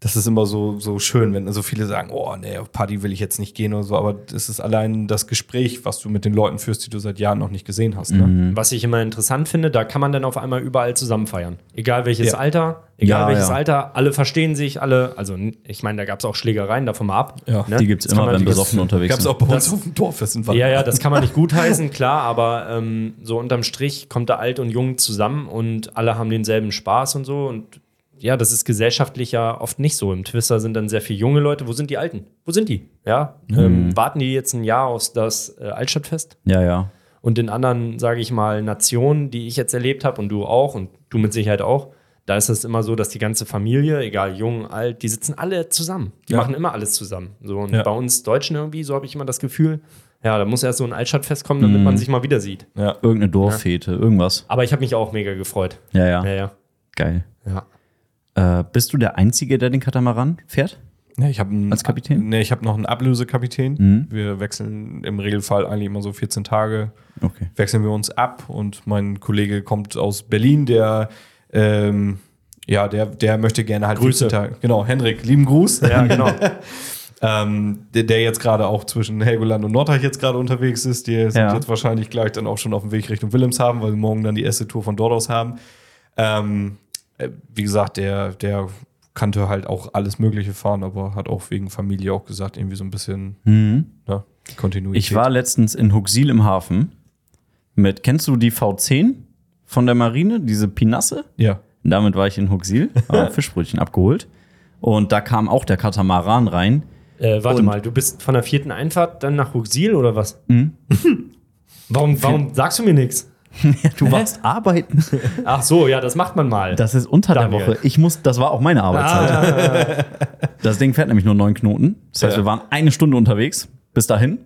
S1: das ist immer so, so schön, wenn so viele sagen, oh nee, auf Party will ich jetzt nicht gehen oder so, aber das ist allein das Gespräch, was du mit den Leuten führst, die du seit Jahren noch nicht gesehen hast. Ne?
S2: Mhm.
S3: Was ich immer interessant finde, da kann man dann auf einmal überall zusammen feiern. Egal welches
S1: Ja.
S3: Alter, egal
S2: Ja,
S3: welches
S2: ja.
S3: Alter, alle verstehen sich, alle, also n- ich meine, da gab es auch Schlägereien davon mal ab.
S1: Ja,
S3: ne?
S2: Die gibt's
S3: Das kann
S2: immer,
S3: man-
S2: wenn
S3: die-
S2: besoffen unterwegs
S1: Gab es
S2: sind.
S1: auch bei uns auf dem Dorffest in
S3: Ja, ja, das kann man nicht gutheißen, klar, aber ähm, so unterm Strich kommt da alt und jung zusammen und alle haben denselben Spaß und so und ja, das ist gesellschaftlich ja oft nicht so. Im Twister sind dann sehr viele junge Leute. Wo sind die Alten? Wo sind die? Ja, ähm, warten die jetzt ein Jahr aus das äh, Altstadtfest?
S2: Ja, ja.
S3: und in anderen, sage ich mal, Nationen, die ich jetzt erlebt habe und du auch und du mit Sicherheit auch, da ist es immer so, dass die ganze Familie, egal jung, alt, die sitzen alle zusammen. Die
S1: Ja.
S3: machen immer alles zusammen. So, und
S1: Ja.
S3: bei uns Deutschen irgendwie, so habe ich immer das Gefühl, ja, da muss erst so ein Altstadtfest kommen, damit man sich mal wieder sieht.
S2: Irgendeine Dorffete, irgendwas.
S3: Aber ich habe mich auch mega gefreut.
S2: Ja, ja.
S3: Ja, ja.
S2: Geil.
S3: ja.
S2: Äh, bist du der Einzige, der den Katamaran fährt?
S1: Nee, ich hab einen,
S2: Als Kapitän? Mhm.
S1: Nee, ich habe noch einen Ablösekapitän. Wir wechseln im Regelfall eigentlich immer so 14 Tage.
S5: Okay.
S1: Wechseln wir uns ab und mein Kollege kommt aus Berlin, der ähm, ja, der, der möchte gerne halt
S3: Grüße.
S1: 14 Tage. Genau, Henrik, lieben Gruß.
S3: Ja, genau.
S1: ähm, der, der jetzt gerade auch zwischen Helgoland und Norddeich jetzt gerade unterwegs ist. Die sind
S2: Ja.
S1: jetzt wahrscheinlich gleich dann auch schon auf dem Weg Richtung Wilhelmshaven, weil wir morgen dann die erste Tour von dort aus haben. Ähm, äh, wie gesagt, der, der kannte halt auch alles Mögliche fahren, aber hat auch wegen Familie auch gesagt, irgendwie so ein bisschen ne, Kontinuität.
S2: Mhm. Ich war letztens in Huxil im Hafen mit, kennst du die V10 von der Marine, diese Pinasse?
S1: ja.
S2: Damit war ich in
S3: (laughs)
S2: Huxil, habe Fischbrötchen abgeholt. Und da kam auch der Katamaran rein.
S3: (laughs) Äh, warte
S2: Und-
S3: mal, du bist von der vierten Einfahrt dann nach Huxil oder was? (laughs) warum, warum sagst du mir nichts?
S2: Du warst arbeiten.
S3: Ach so, ja, das macht man mal.
S2: Das ist unter
S3: Daniel. Ah.
S2: der Woche. Ich muss, das war auch meine Arbeitszeit. (laughs) Das Ding fährt nämlich nur neun Knoten. Das heißt, wir waren eine Stunde unterwegs bis dahin,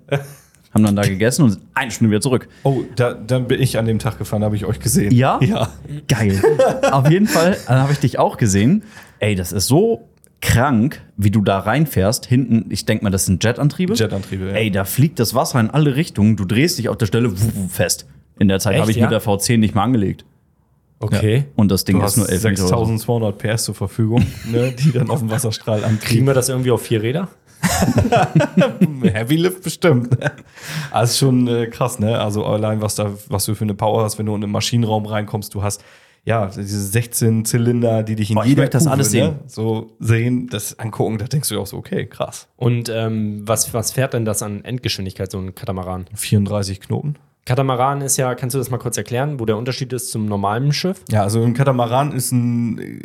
S2: haben dann da gegessen und sind eine Stunde wieder zurück.
S1: Oh, da, dann bin ich an dem Tag gefahren, habe ich euch gesehen.
S2: Ja?
S1: Ja.
S2: Geil. Auf jeden Fall, dann habe ich dich auch gesehen. Ey, das ist so krank, wie du da reinfährst. Hinten, ich denke mal, das sind Jetantriebe.
S1: Jetantriebe, ja.
S2: Ey, da fliegt das Wasser in alle Richtungen. Du drehst dich auf der Stelle wuh, wuh, fest. In der Zeit
S3: Echt,
S2: habe ich
S3: ja?
S2: mit der V10 nicht mal angelegt.
S3: okay.
S2: Und das Ding
S1: Du
S2: ist
S1: hast
S2: nur 11 Meter. oder so.
S1: 6200 PS zur Verfügung, ne, die dann auf dem Wasserstrahl
S3: Kriegen
S1: ankriegen.
S3: wir das irgendwie auf vier Räder?
S1: Heavy Lift (laughs) bestimmt. Das ist schon äh, krass, ne? Also allein, was, da, was du für eine Power hast, wenn du in den Maschinenraum reinkommst, du hast ja diese 16 Zylinder, die dich in
S2: Boah, ich
S1: jeder ne,
S2: möchte das alles sehen.
S1: so sehen, das angucken, da denkst du dir auch so, okay, krass.
S3: Und ähm, was, was fährt denn das an Endgeschwindigkeit, so ein Katamaran?
S1: 34 Knoten.
S3: Katamaran ist ja, kannst du das mal kurz erklären, wo der Unterschied ist zum normalen Schiff?
S1: Ja, also ein Katamaran ist ein äh,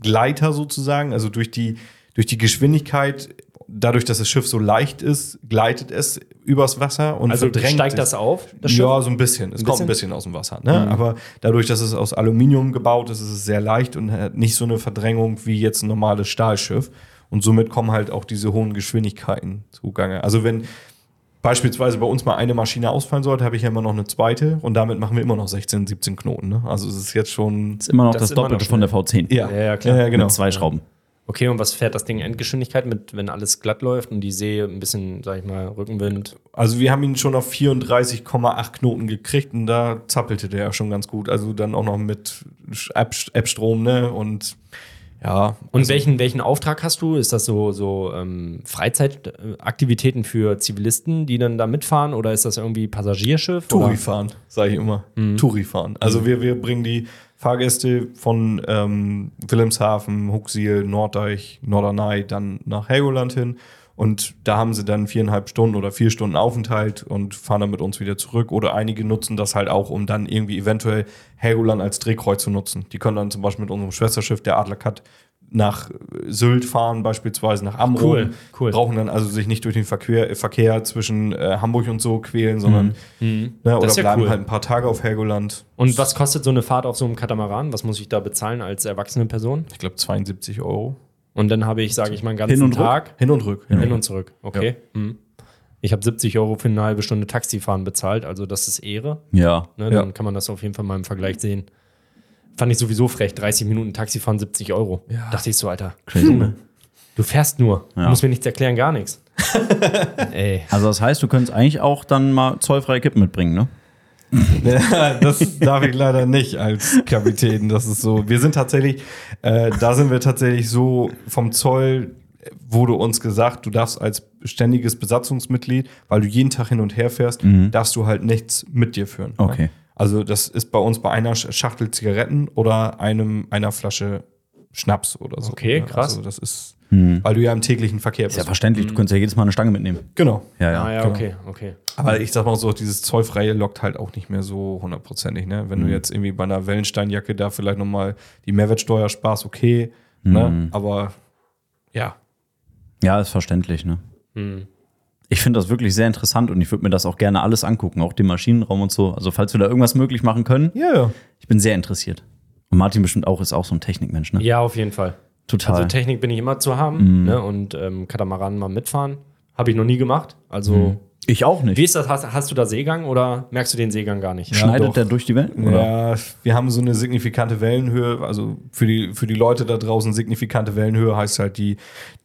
S1: Gleiter sozusagen. Also durch die, durch die Geschwindigkeit, dadurch, dass das Schiff so leicht ist, gleitet es übers Wasser und
S3: Also
S1: verdrängt
S3: steigt
S1: es.
S3: das auf, das Schiff? Mhm.
S1: ja, so ein bisschen. Es kommt ein bisschen aus dem Wasser. Ne? Aber dadurch, dass es aus Aluminium gebaut ist, ist es sehr leicht und hat nicht so eine Verdrängung wie jetzt ein normales Stahlschiff. Und somit kommen halt auch diese hohen Geschwindigkeiten zugange. Also wenn beispielsweise bei uns mal eine Maschine ausfallen sollte, habe ich ja immer noch eine zweite und damit machen wir immer noch 16, 17 Knoten. Ne? Also es ist jetzt schon
S2: Das ist immer noch das,
S3: Das ist immer noch
S2: Doppelte von der V10.
S3: Ja, ja, klar.
S1: genau.
S2: Mit zwei Schrauben.
S3: Okay, und was fährt das Ding Endgeschwindigkeit mit, wenn alles glatt läuft und die See ein bisschen, sag ich mal, Rückenwind?
S1: Also wir haben ihn schon auf 34,8 Knoten gekriegt und da zappelte der ja schon ganz gut. Also dann auch noch mit Sch- App- App-Strom, ne? Und ja,
S3: Und welchen, welchen Auftrag hast du? Ist das so, so ähm, Freizeitaktivitäten für Zivilisten, die dann da mitfahren? Oder ist das irgendwie Passagierschiff?
S1: Touri
S3: oder? Mhm.
S1: fahren, sage ich immer. Touri fahren. Also wir, wir bringen die Fahrgäste von ähm, Wilhelmshaven, Huxil, Norddeich, Norderney dann nach Helgoland hin. Und da haben sie dann viereinhalb Stunden oder vier Stunden Aufenthalt und fahren dann mit uns wieder zurück. Oder einige nutzen das halt auch, um dann irgendwie eventuell Helgoland als Drehkreuz zu nutzen. Die können dann zum Beispiel mit unserem Schwesterschiff, der Adler Cut, nach Sylt fahren, beispielsweise nach Amrum.
S3: Cool, cool.
S1: Brauchen dann also sich nicht durch den Verkehr, Verkehr zwischen äh, Hamburg und so quälen, sondern
S3: Mhm.
S1: ne, oder
S3: ist ja
S1: bleiben
S3: cool.
S1: halt ein paar Tage auf Helgoland.
S3: Und was kostet so eine Fahrt auf so einem Katamaran? Was muss ich da bezahlen als erwachsene Person?
S1: Ich glaube 72 Euro.
S3: Und dann habe ich, sage ich mal, einen ganzen
S2: Hin und
S3: Tag.
S1: Hin und rück.
S3: Hin und zurück, okay. Hm. Ich habe 70 Euro für eine halbe Stunde Taxifahren bezahlt, also das ist Ehre.
S2: Ja.
S3: Ne?
S1: Ja.
S3: Dann kann man das auf jeden Fall mal im Vergleich sehen. Fand ich sowieso frech, 30 Minuten Taxifahren, 70 Euro. Dachte ich so, Alter, Junge, du fährst nur, du
S2: Ja.
S3: musst mir nichts erklären, gar
S1: (laughs)
S3: nichts. Ey,
S2: Also das heißt, du könntest eigentlich auch dann mal zollfreie Kippen mitbringen, ne?
S1: (laughs) das darf ich leider nicht als Kapitän. Das ist so. Wir sind tatsächlich, äh, da sind wir tatsächlich so vom Zoll äh, wurde uns gesagt, du darfst als ständiges Besatzungsmitglied, weil du jeden Tag hin und her fährst, darfst du halt nichts mit dir führen.
S2: Mhm. Okay.
S1: Ne? Also das ist bei uns bei einer Sch- Schachtel Zigaretten oder einem einer Flasche Schnaps oder so.
S3: Okay,
S1: ne?
S3: krass.
S1: Also das ist, weil du ja im täglichen Verkehr bist.
S2: Mhm. Ist ja verständlich, du könntest ja jedes Mal eine Stange mitnehmen.
S1: genau.
S2: Ja, ja.
S3: mhm. ah ja,
S1: genau.
S3: okay, okay.
S1: Aber ich sag mal so, dieses Zollfreie lockt halt auch nicht mehr so hundertprozentig. Ne? Wenn du jetzt irgendwie bei einer Wellensteinjacke da vielleicht nochmal die Mehrwertsteuer sparst, okay. Ne? Aber ja.
S2: Ja, ist verständlich, ne?
S3: Mhm.
S2: Ich finde das wirklich sehr interessant und ich würde mir das auch gerne alles angucken, auch den Maschinenraum und so. Also, falls wir da irgendwas möglich machen können,
S1: Ja, ja.
S2: ich bin sehr interessiert. Und Martin bestimmt auch, ist auch so ein Technikmensch, ne?
S3: Ja, auf jeden Fall.
S2: Total.
S3: Also
S1: Mhm. Mhm.
S3: Technik bin ich immer zu haben ne? und ähm, Katamaran mal mitfahren. Habe ich noch nie gemacht, also
S2: Ich auch nicht.
S3: Wie ist das? Hast, hast du da Seegang oder merkst du den Seegang gar nicht?
S2: Schneidet
S1: doch.
S2: der durch die Wellen? Oder?
S1: Ja, wir haben so eine signifikante Wellenhöhe, also für die, für die Leute da draußen signifikante Wellenhöhe heißt halt die,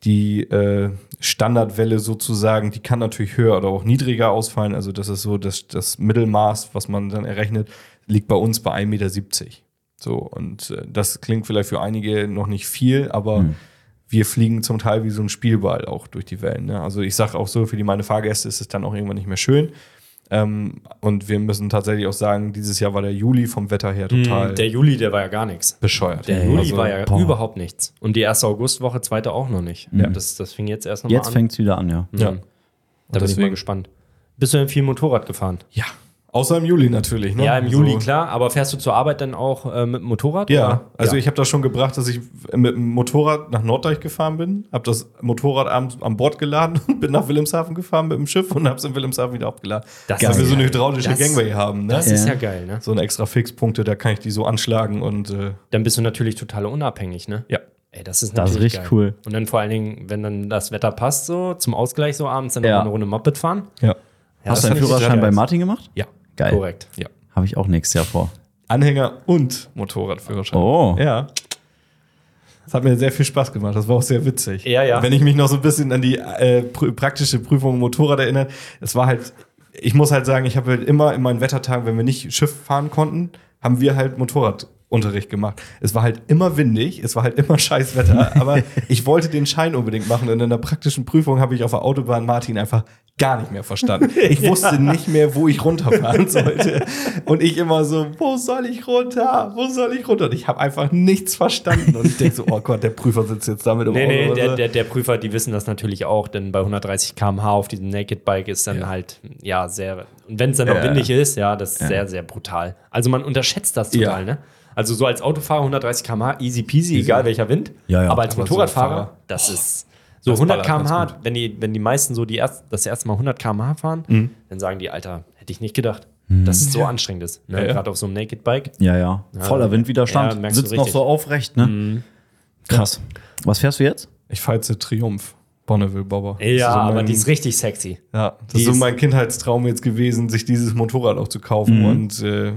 S1: die äh, Standardwelle sozusagen, die kann natürlich höher oder auch niedriger ausfallen. Also das ist so das, das Mittelmaß, was man dann errechnet, liegt bei uns bei 1,70 Meter. So, und äh, das klingt vielleicht für einige noch nicht viel, aber wir fliegen zum Teil wie so ein Spielball auch durch die Wellen. Ne? Also ich sage auch so, für die meine Fahrgäste ist es dann auch irgendwann nicht mehr schön. Ähm, und wir müssen tatsächlich auch sagen, dieses Jahr war der Juli vom Wetter her total
S3: Hm, Der Juli, der war ja gar nichts.
S1: bescheuert. Also,
S3: Der Juli war ja
S2: boah.
S3: überhaupt nichts. Und die erste Augustwoche, zweite auch noch nicht. Das, das fing jetzt erst noch
S2: Jetzt
S3: mal an.
S2: fängt es wieder an, ja.
S1: Ja.
S3: Mhm. Da bin ich mal
S1: deswegen-
S3: gespannt. Bist du denn viel Motorrad gefahren?
S1: ja. Außer im Juli natürlich. Ne?
S3: Ja, im Juli,
S1: So.
S3: klar. Aber fährst du zur Arbeit dann auch äh, mit dem Motorrad?
S1: Ja,
S3: oder?
S1: also
S3: Ja.
S1: ich habe das schon gebracht, dass ich mit dem Motorrad nach Norddeich gefahren bin, habe das Motorrad abends an Bord geladen (laughs) und bin nach Wilhelmshaven gefahren mit dem Schiff und habe es in Wilhelmshaven wieder abgeladen.
S3: Das
S1: dass
S3: ist
S1: wir so eine
S3: geil.
S1: hydraulische
S3: Das-
S1: Gangway haben. Ne?
S3: Das ist ja geil, ne?
S1: so ein extra Fixpunkte, da kann ich die so anschlagen und äh,
S3: Dann bist du natürlich total unabhängig, ne?
S1: ja.
S3: Ey, das ist
S2: Das ist
S3: natürlich
S2: richtig
S3: geil.
S2: cool.
S3: Und dann vor allen Dingen, wenn dann das Wetter passt, so zum Ausgleich so abends dann
S2: Ja.
S3: noch eine Runde Moped fahren.
S1: ja.
S2: Hast du
S3: das
S2: einen
S3: ist
S2: Führerschein bei
S3: geil.
S2: Martin gemacht?
S1: Ja.
S2: Geil.
S3: Korrekt.
S1: Ja.
S2: Habe ich auch nächstes Jahr vor.
S1: Anhänger und Motorradführerschein.
S2: Oh.
S1: Ja. Das hat mir sehr viel Spaß gemacht. Das war auch sehr witzig.
S3: Ja, ja.
S1: Wenn ich mich noch so ein bisschen an die äh, prü- praktische Prüfung Motorrad erinnere, es war halt, ich muss halt sagen, ich habe halt immer in meinen Wettertagen, wenn wir nicht Schiff fahren konnten, haben wir halt Motorradunterricht gemacht. Es war halt immer windig, es war halt immer (laughs) scheiß
S3: (laughs)
S1: Wetter, aber ich wollte den Schein unbedingt machen und in der praktischen Prüfung habe ich auf der Autobahn Martin einfach gar nicht
S3: (laughs)
S1: mehr verstanden. Ich wusste nicht mehr, wo ich runterfahren (laughs) sollte und ich immer so, wo soll ich runter? Wo soll ich runter? Und ich habe einfach nichts verstanden und ich denke so, oh Gott, der Prüfer sitzt jetzt damit im
S3: Nee, nee,
S1: Auto.
S3: der, der, der Prüfer, die wissen das natürlich auch, denn bei 130 km/h auf diesem Naked Bike ist dann halt, ja, sehr. Und wenn es dann noch windig ist, ja, das ist sehr, sehr brutal. Also man unterschätzt das total, ne? Also so als Autofahrer 130 km/h, easy peasy, egal welcher Wind.
S2: Ja, ja.
S3: Aber als
S1: Aber so
S3: Motorradfahrer,
S1: Fahrer,
S3: das ist. So
S1: das
S3: 100
S1: ballert ganz
S3: km/h, wenn die, wenn die meisten so die erst, das erste Mal 100 km/h fahren, dann sagen die, Alter, hätte ich nicht gedacht, dass es so anstrengend ist. Ne?
S1: Ja, ja.
S3: Gerade auf so einem Naked Bike.
S2: Ja, ja. Voller
S3: Ja,
S2: Windwiderstand.
S3: merkst du
S2: Sitzt noch
S3: richtig. Mhm.
S2: so aufrecht, ne? Krass. Was fährst du jetzt?
S1: ich fahre jetzt den Triumph. Bonneville Bobber. Das ist
S3: Ja,
S1: so mein-
S3: aber die ist richtig sexy.
S1: Ja, das ist so
S3: ist-
S1: mein Kindheitstraum jetzt gewesen, sich dieses Motorrad auch zu
S3: Mhm.
S1: kaufen und äh,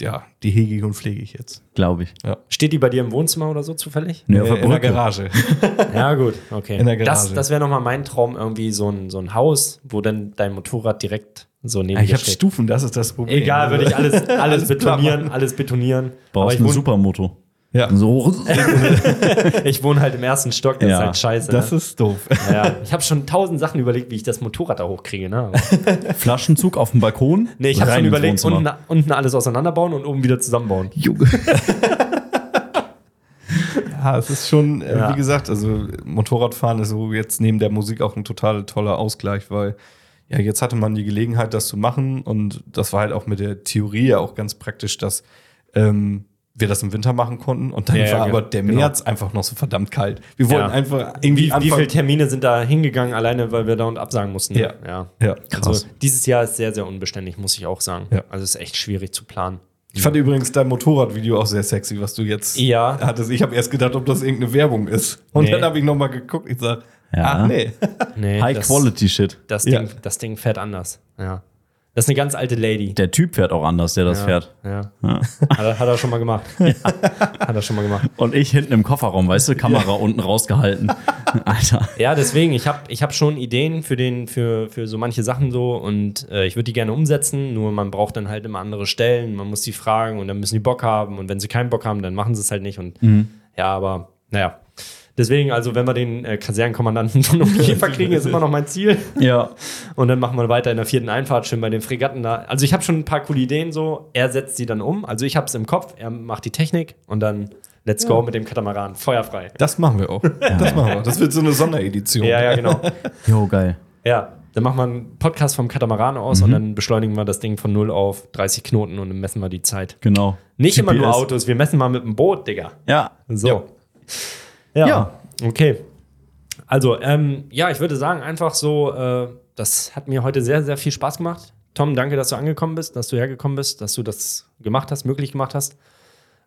S1: ja, die hege ich und pflege ich jetzt.
S2: Glaube ich.
S3: Steht die bei dir im Wohnzimmer oder so zufällig?
S2: Nee,
S1: Äh, in der Garage.
S3: Ja, gut, okay.
S1: In der Garage.
S3: das das wäre nochmal mein Traum, irgendwie so ein, so ein Haus, wo dann dein Motorrad direkt so neben
S1: Ah, ich
S3: dir
S1: habe
S3: steht.
S1: Stufen, das ist das Problem.
S3: Egal, würde ich alles, alles, betonieren, alles betonieren. Aber
S2: Brauchst
S3: ich
S2: eine
S3: wohne,
S2: Supermoto.
S1: (laughs) Ja.
S2: So.
S3: (laughs) ich wohne halt im ersten Stock, das
S2: Ja,
S3: ist halt scheiße.
S1: Das
S3: ne?
S1: ist doof.
S3: ja, ich habe schon tausend Sachen überlegt, wie ich das Motorrad da hochkriege. Ne? Aber-
S2: Flaschenzug auf dem Balkon.
S3: Nee, ich habe
S2: Rein
S3: schon
S2: ins
S3: überlegt,
S2: Wohnzimmer.
S3: unten, unten alles auseinanderbauen und oben wieder zusammenbauen. (laughs)
S1: Ja, es ist schon, äh,
S3: Ja.
S1: wie gesagt, also Motorradfahren ist so jetzt neben der Musik auch ein total toller Ausgleich, weil ja, jetzt hatte man die Gelegenheit, das zu machen und das war halt auch mit der Theorie ja auch ganz praktisch, dass ähm, wir das im Winter machen konnten und dann
S3: Ja, ja,
S1: war
S3: ge-
S1: aber der
S3: genau.
S1: März einfach noch so verdammt kalt. Wir
S3: Ja.
S1: wollten einfach irgendwie
S3: Wie, wie
S1: anfangen-
S3: viele Termine sind da hingegangen, alleine, weil wir da und absagen mussten?
S1: Ja.
S3: ja.
S1: Ja,
S3: Also, dieses Jahr ist sehr, sehr unbeständig, muss ich auch sagen.
S1: Ja.
S3: Also es ist echt schwierig zu planen.
S1: Ich fand übrigens dein Motorradvideo auch sehr sexy, was du jetzt
S3: Ja.
S1: hattest. Ich habe erst gedacht, ob das irgendeine Werbung ist. Und
S3: Nee.
S1: dann habe ich nochmal geguckt. Ich sage,
S2: Ja.
S1: ach nee.
S3: Nee,
S2: High
S3: das-
S2: Quality Shit.
S3: Das Ding,
S1: Ja.
S3: das Ding fährt anders. Ja. Das ist eine ganz alte Lady.
S2: Der Typ fährt auch anders, der das fährt.
S3: Ja. Hat, er, hat er schon mal gemacht. Hat er schon mal gemacht.
S2: (laughs) Und ich hinten im Kofferraum, weißt du, Kamera unten
S3: (laughs)
S2: rausgehalten. Alter.
S3: Ja, deswegen, ich habe ich hab schon Ideen für, den, für, für so manche Sachen so und äh, ich würde die gerne umsetzen, nur man braucht dann halt immer andere Stellen, man muss die fragen und dann müssen die Bock haben und wenn sie keinen Bock haben, dann machen sie es halt nicht und ja, aber naja. Deswegen, also wenn wir den äh, Kasernenkommandanten von Umkäfer kriegen, ist immer noch mein Ziel.
S2: Ja.
S3: Und dann machen wir weiter in der vierten Einfahrt, schön bei den Fregatten da. Also ich habe schon ein paar coole Ideen so. Er setzt sie dann um. Also ich habe es im Kopf, er macht die Technik und dann let's go mit dem Katamaran. Feuerfrei.
S1: Das machen wir auch. (laughs) Das machen wir. Das wird so eine Sonderedition.
S3: Ja, ja, genau.
S2: Jo, geil.
S3: (laughs) ja, dann machen wir einen Podcast vom Katamaran aus und dann beschleunigen wir das Ding von 0 auf 30 Knoten und dann messen wir die Zeit.
S2: Genau.
S3: Nicht immer nur
S2: GPS.
S3: Autos, wir messen mal mit dem Boot, Digga.
S2: Ja.
S3: So. Ja.
S2: Ja.
S3: Okay. Also, ähm, ja, ich würde sagen, einfach so, äh, das hat mir heute sehr, sehr viel Spaß gemacht. Tom, danke, dass du angekommen bist, dass du hergekommen bist, dass du das gemacht hast, möglich gemacht hast.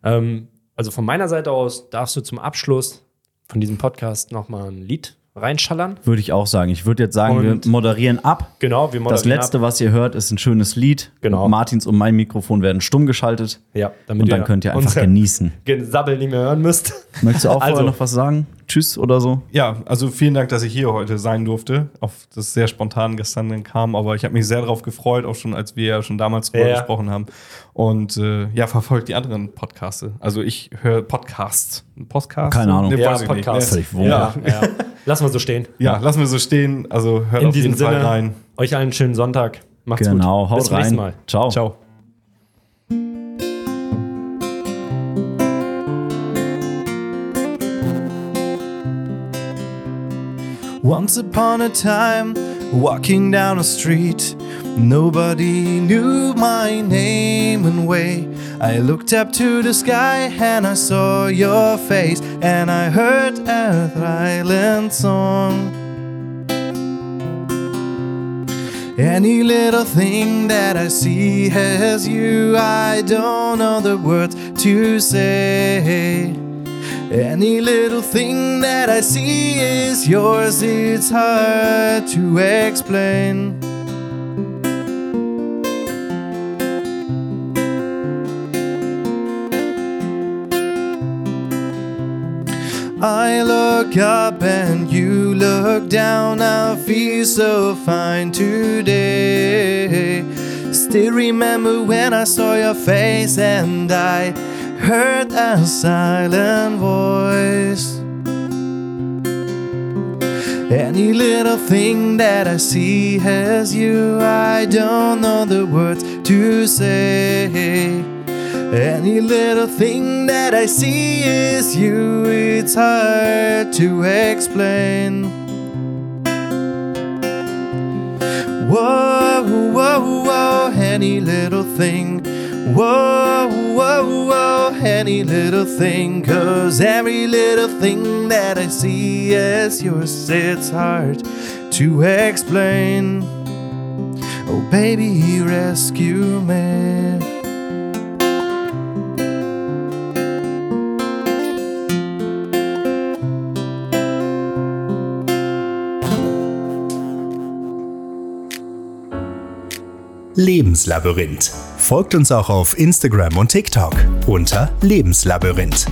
S3: Ähm, also von meiner Seite aus darfst du zum Abschluss von diesem Podcast nochmal ein Lied reinschallern.
S2: Würde ich auch sagen. Ich würde jetzt sagen,
S3: Und-
S2: wir moderieren ab.
S3: Genau, wir moderieren
S2: Das letzte,
S3: ab.
S2: was ihr hört, ist ein schönes Lied.
S3: Genau.
S2: Martins und mein Mikrofon werden stumm geschaltet.
S3: Ja, damit
S2: und dann
S3: ihr
S2: könnt ihr
S3: (laughs)
S2: einfach
S3: unser-
S2: genießen.
S3: Gesabbel nicht mehr hören müsst.
S2: Möchtest du auch vorher
S3: Also-
S2: noch was sagen? Tschüss oder so?
S1: Ja, also vielen Dank, dass ich hier heute sein durfte. Auf das sehr spontan gestern dann kam, aber ich habe mich sehr darauf gefreut, auch schon als wir ja schon damals drüber
S3: Ja.
S1: gesprochen haben. Und äh, ja, verfolgt die anderen Podcaste. Also ich höre Podcasts. Podcast?
S2: Keine Ahnung.
S1: Nee,
S3: Ja,
S1: weiß ich nicht.
S3: Podcast.
S1: Nee.
S2: Völlig wurscht.
S3: Ja, ja. Lass mal so stehen.
S1: Ja, lassen wir so stehen. Also hört
S3: In
S1: auf jeden
S3: diesem Sinne,
S1: Fall rein.
S3: euch allen einen schönen Sonntag. Macht's
S2: Genau,
S3: gut.
S2: haut
S3: Bis zum
S2: rein.
S3: nächsten Mal.
S2: Ciao.
S1: Ciao.
S4: Once upon a time, walking down a street, nobody knew my name and way. I looked up to the sky and I saw your face, and I heard a thrilling song. Any little thing that I see has you, I don't know the words to say. Any little thing that I see is yours, it's hard to explain. I look up and you look down, I feel so fine today. Still remember when I saw your face and I heard a silent voice. Any little thing that I see has you, I don't know the words to say. Any little thing that I see is you, it's hard to explain. Whoa, whoa, whoa, any little thing. Whoa, whoa, whoa, any little thing. Cause every little thing that I see is yours, it's hard to explain. Oh, baby, rescue me.
S7: Lebenslabyrinth. Folgt uns auch auf Instagram und TikTok unter Lebenslabyrinth.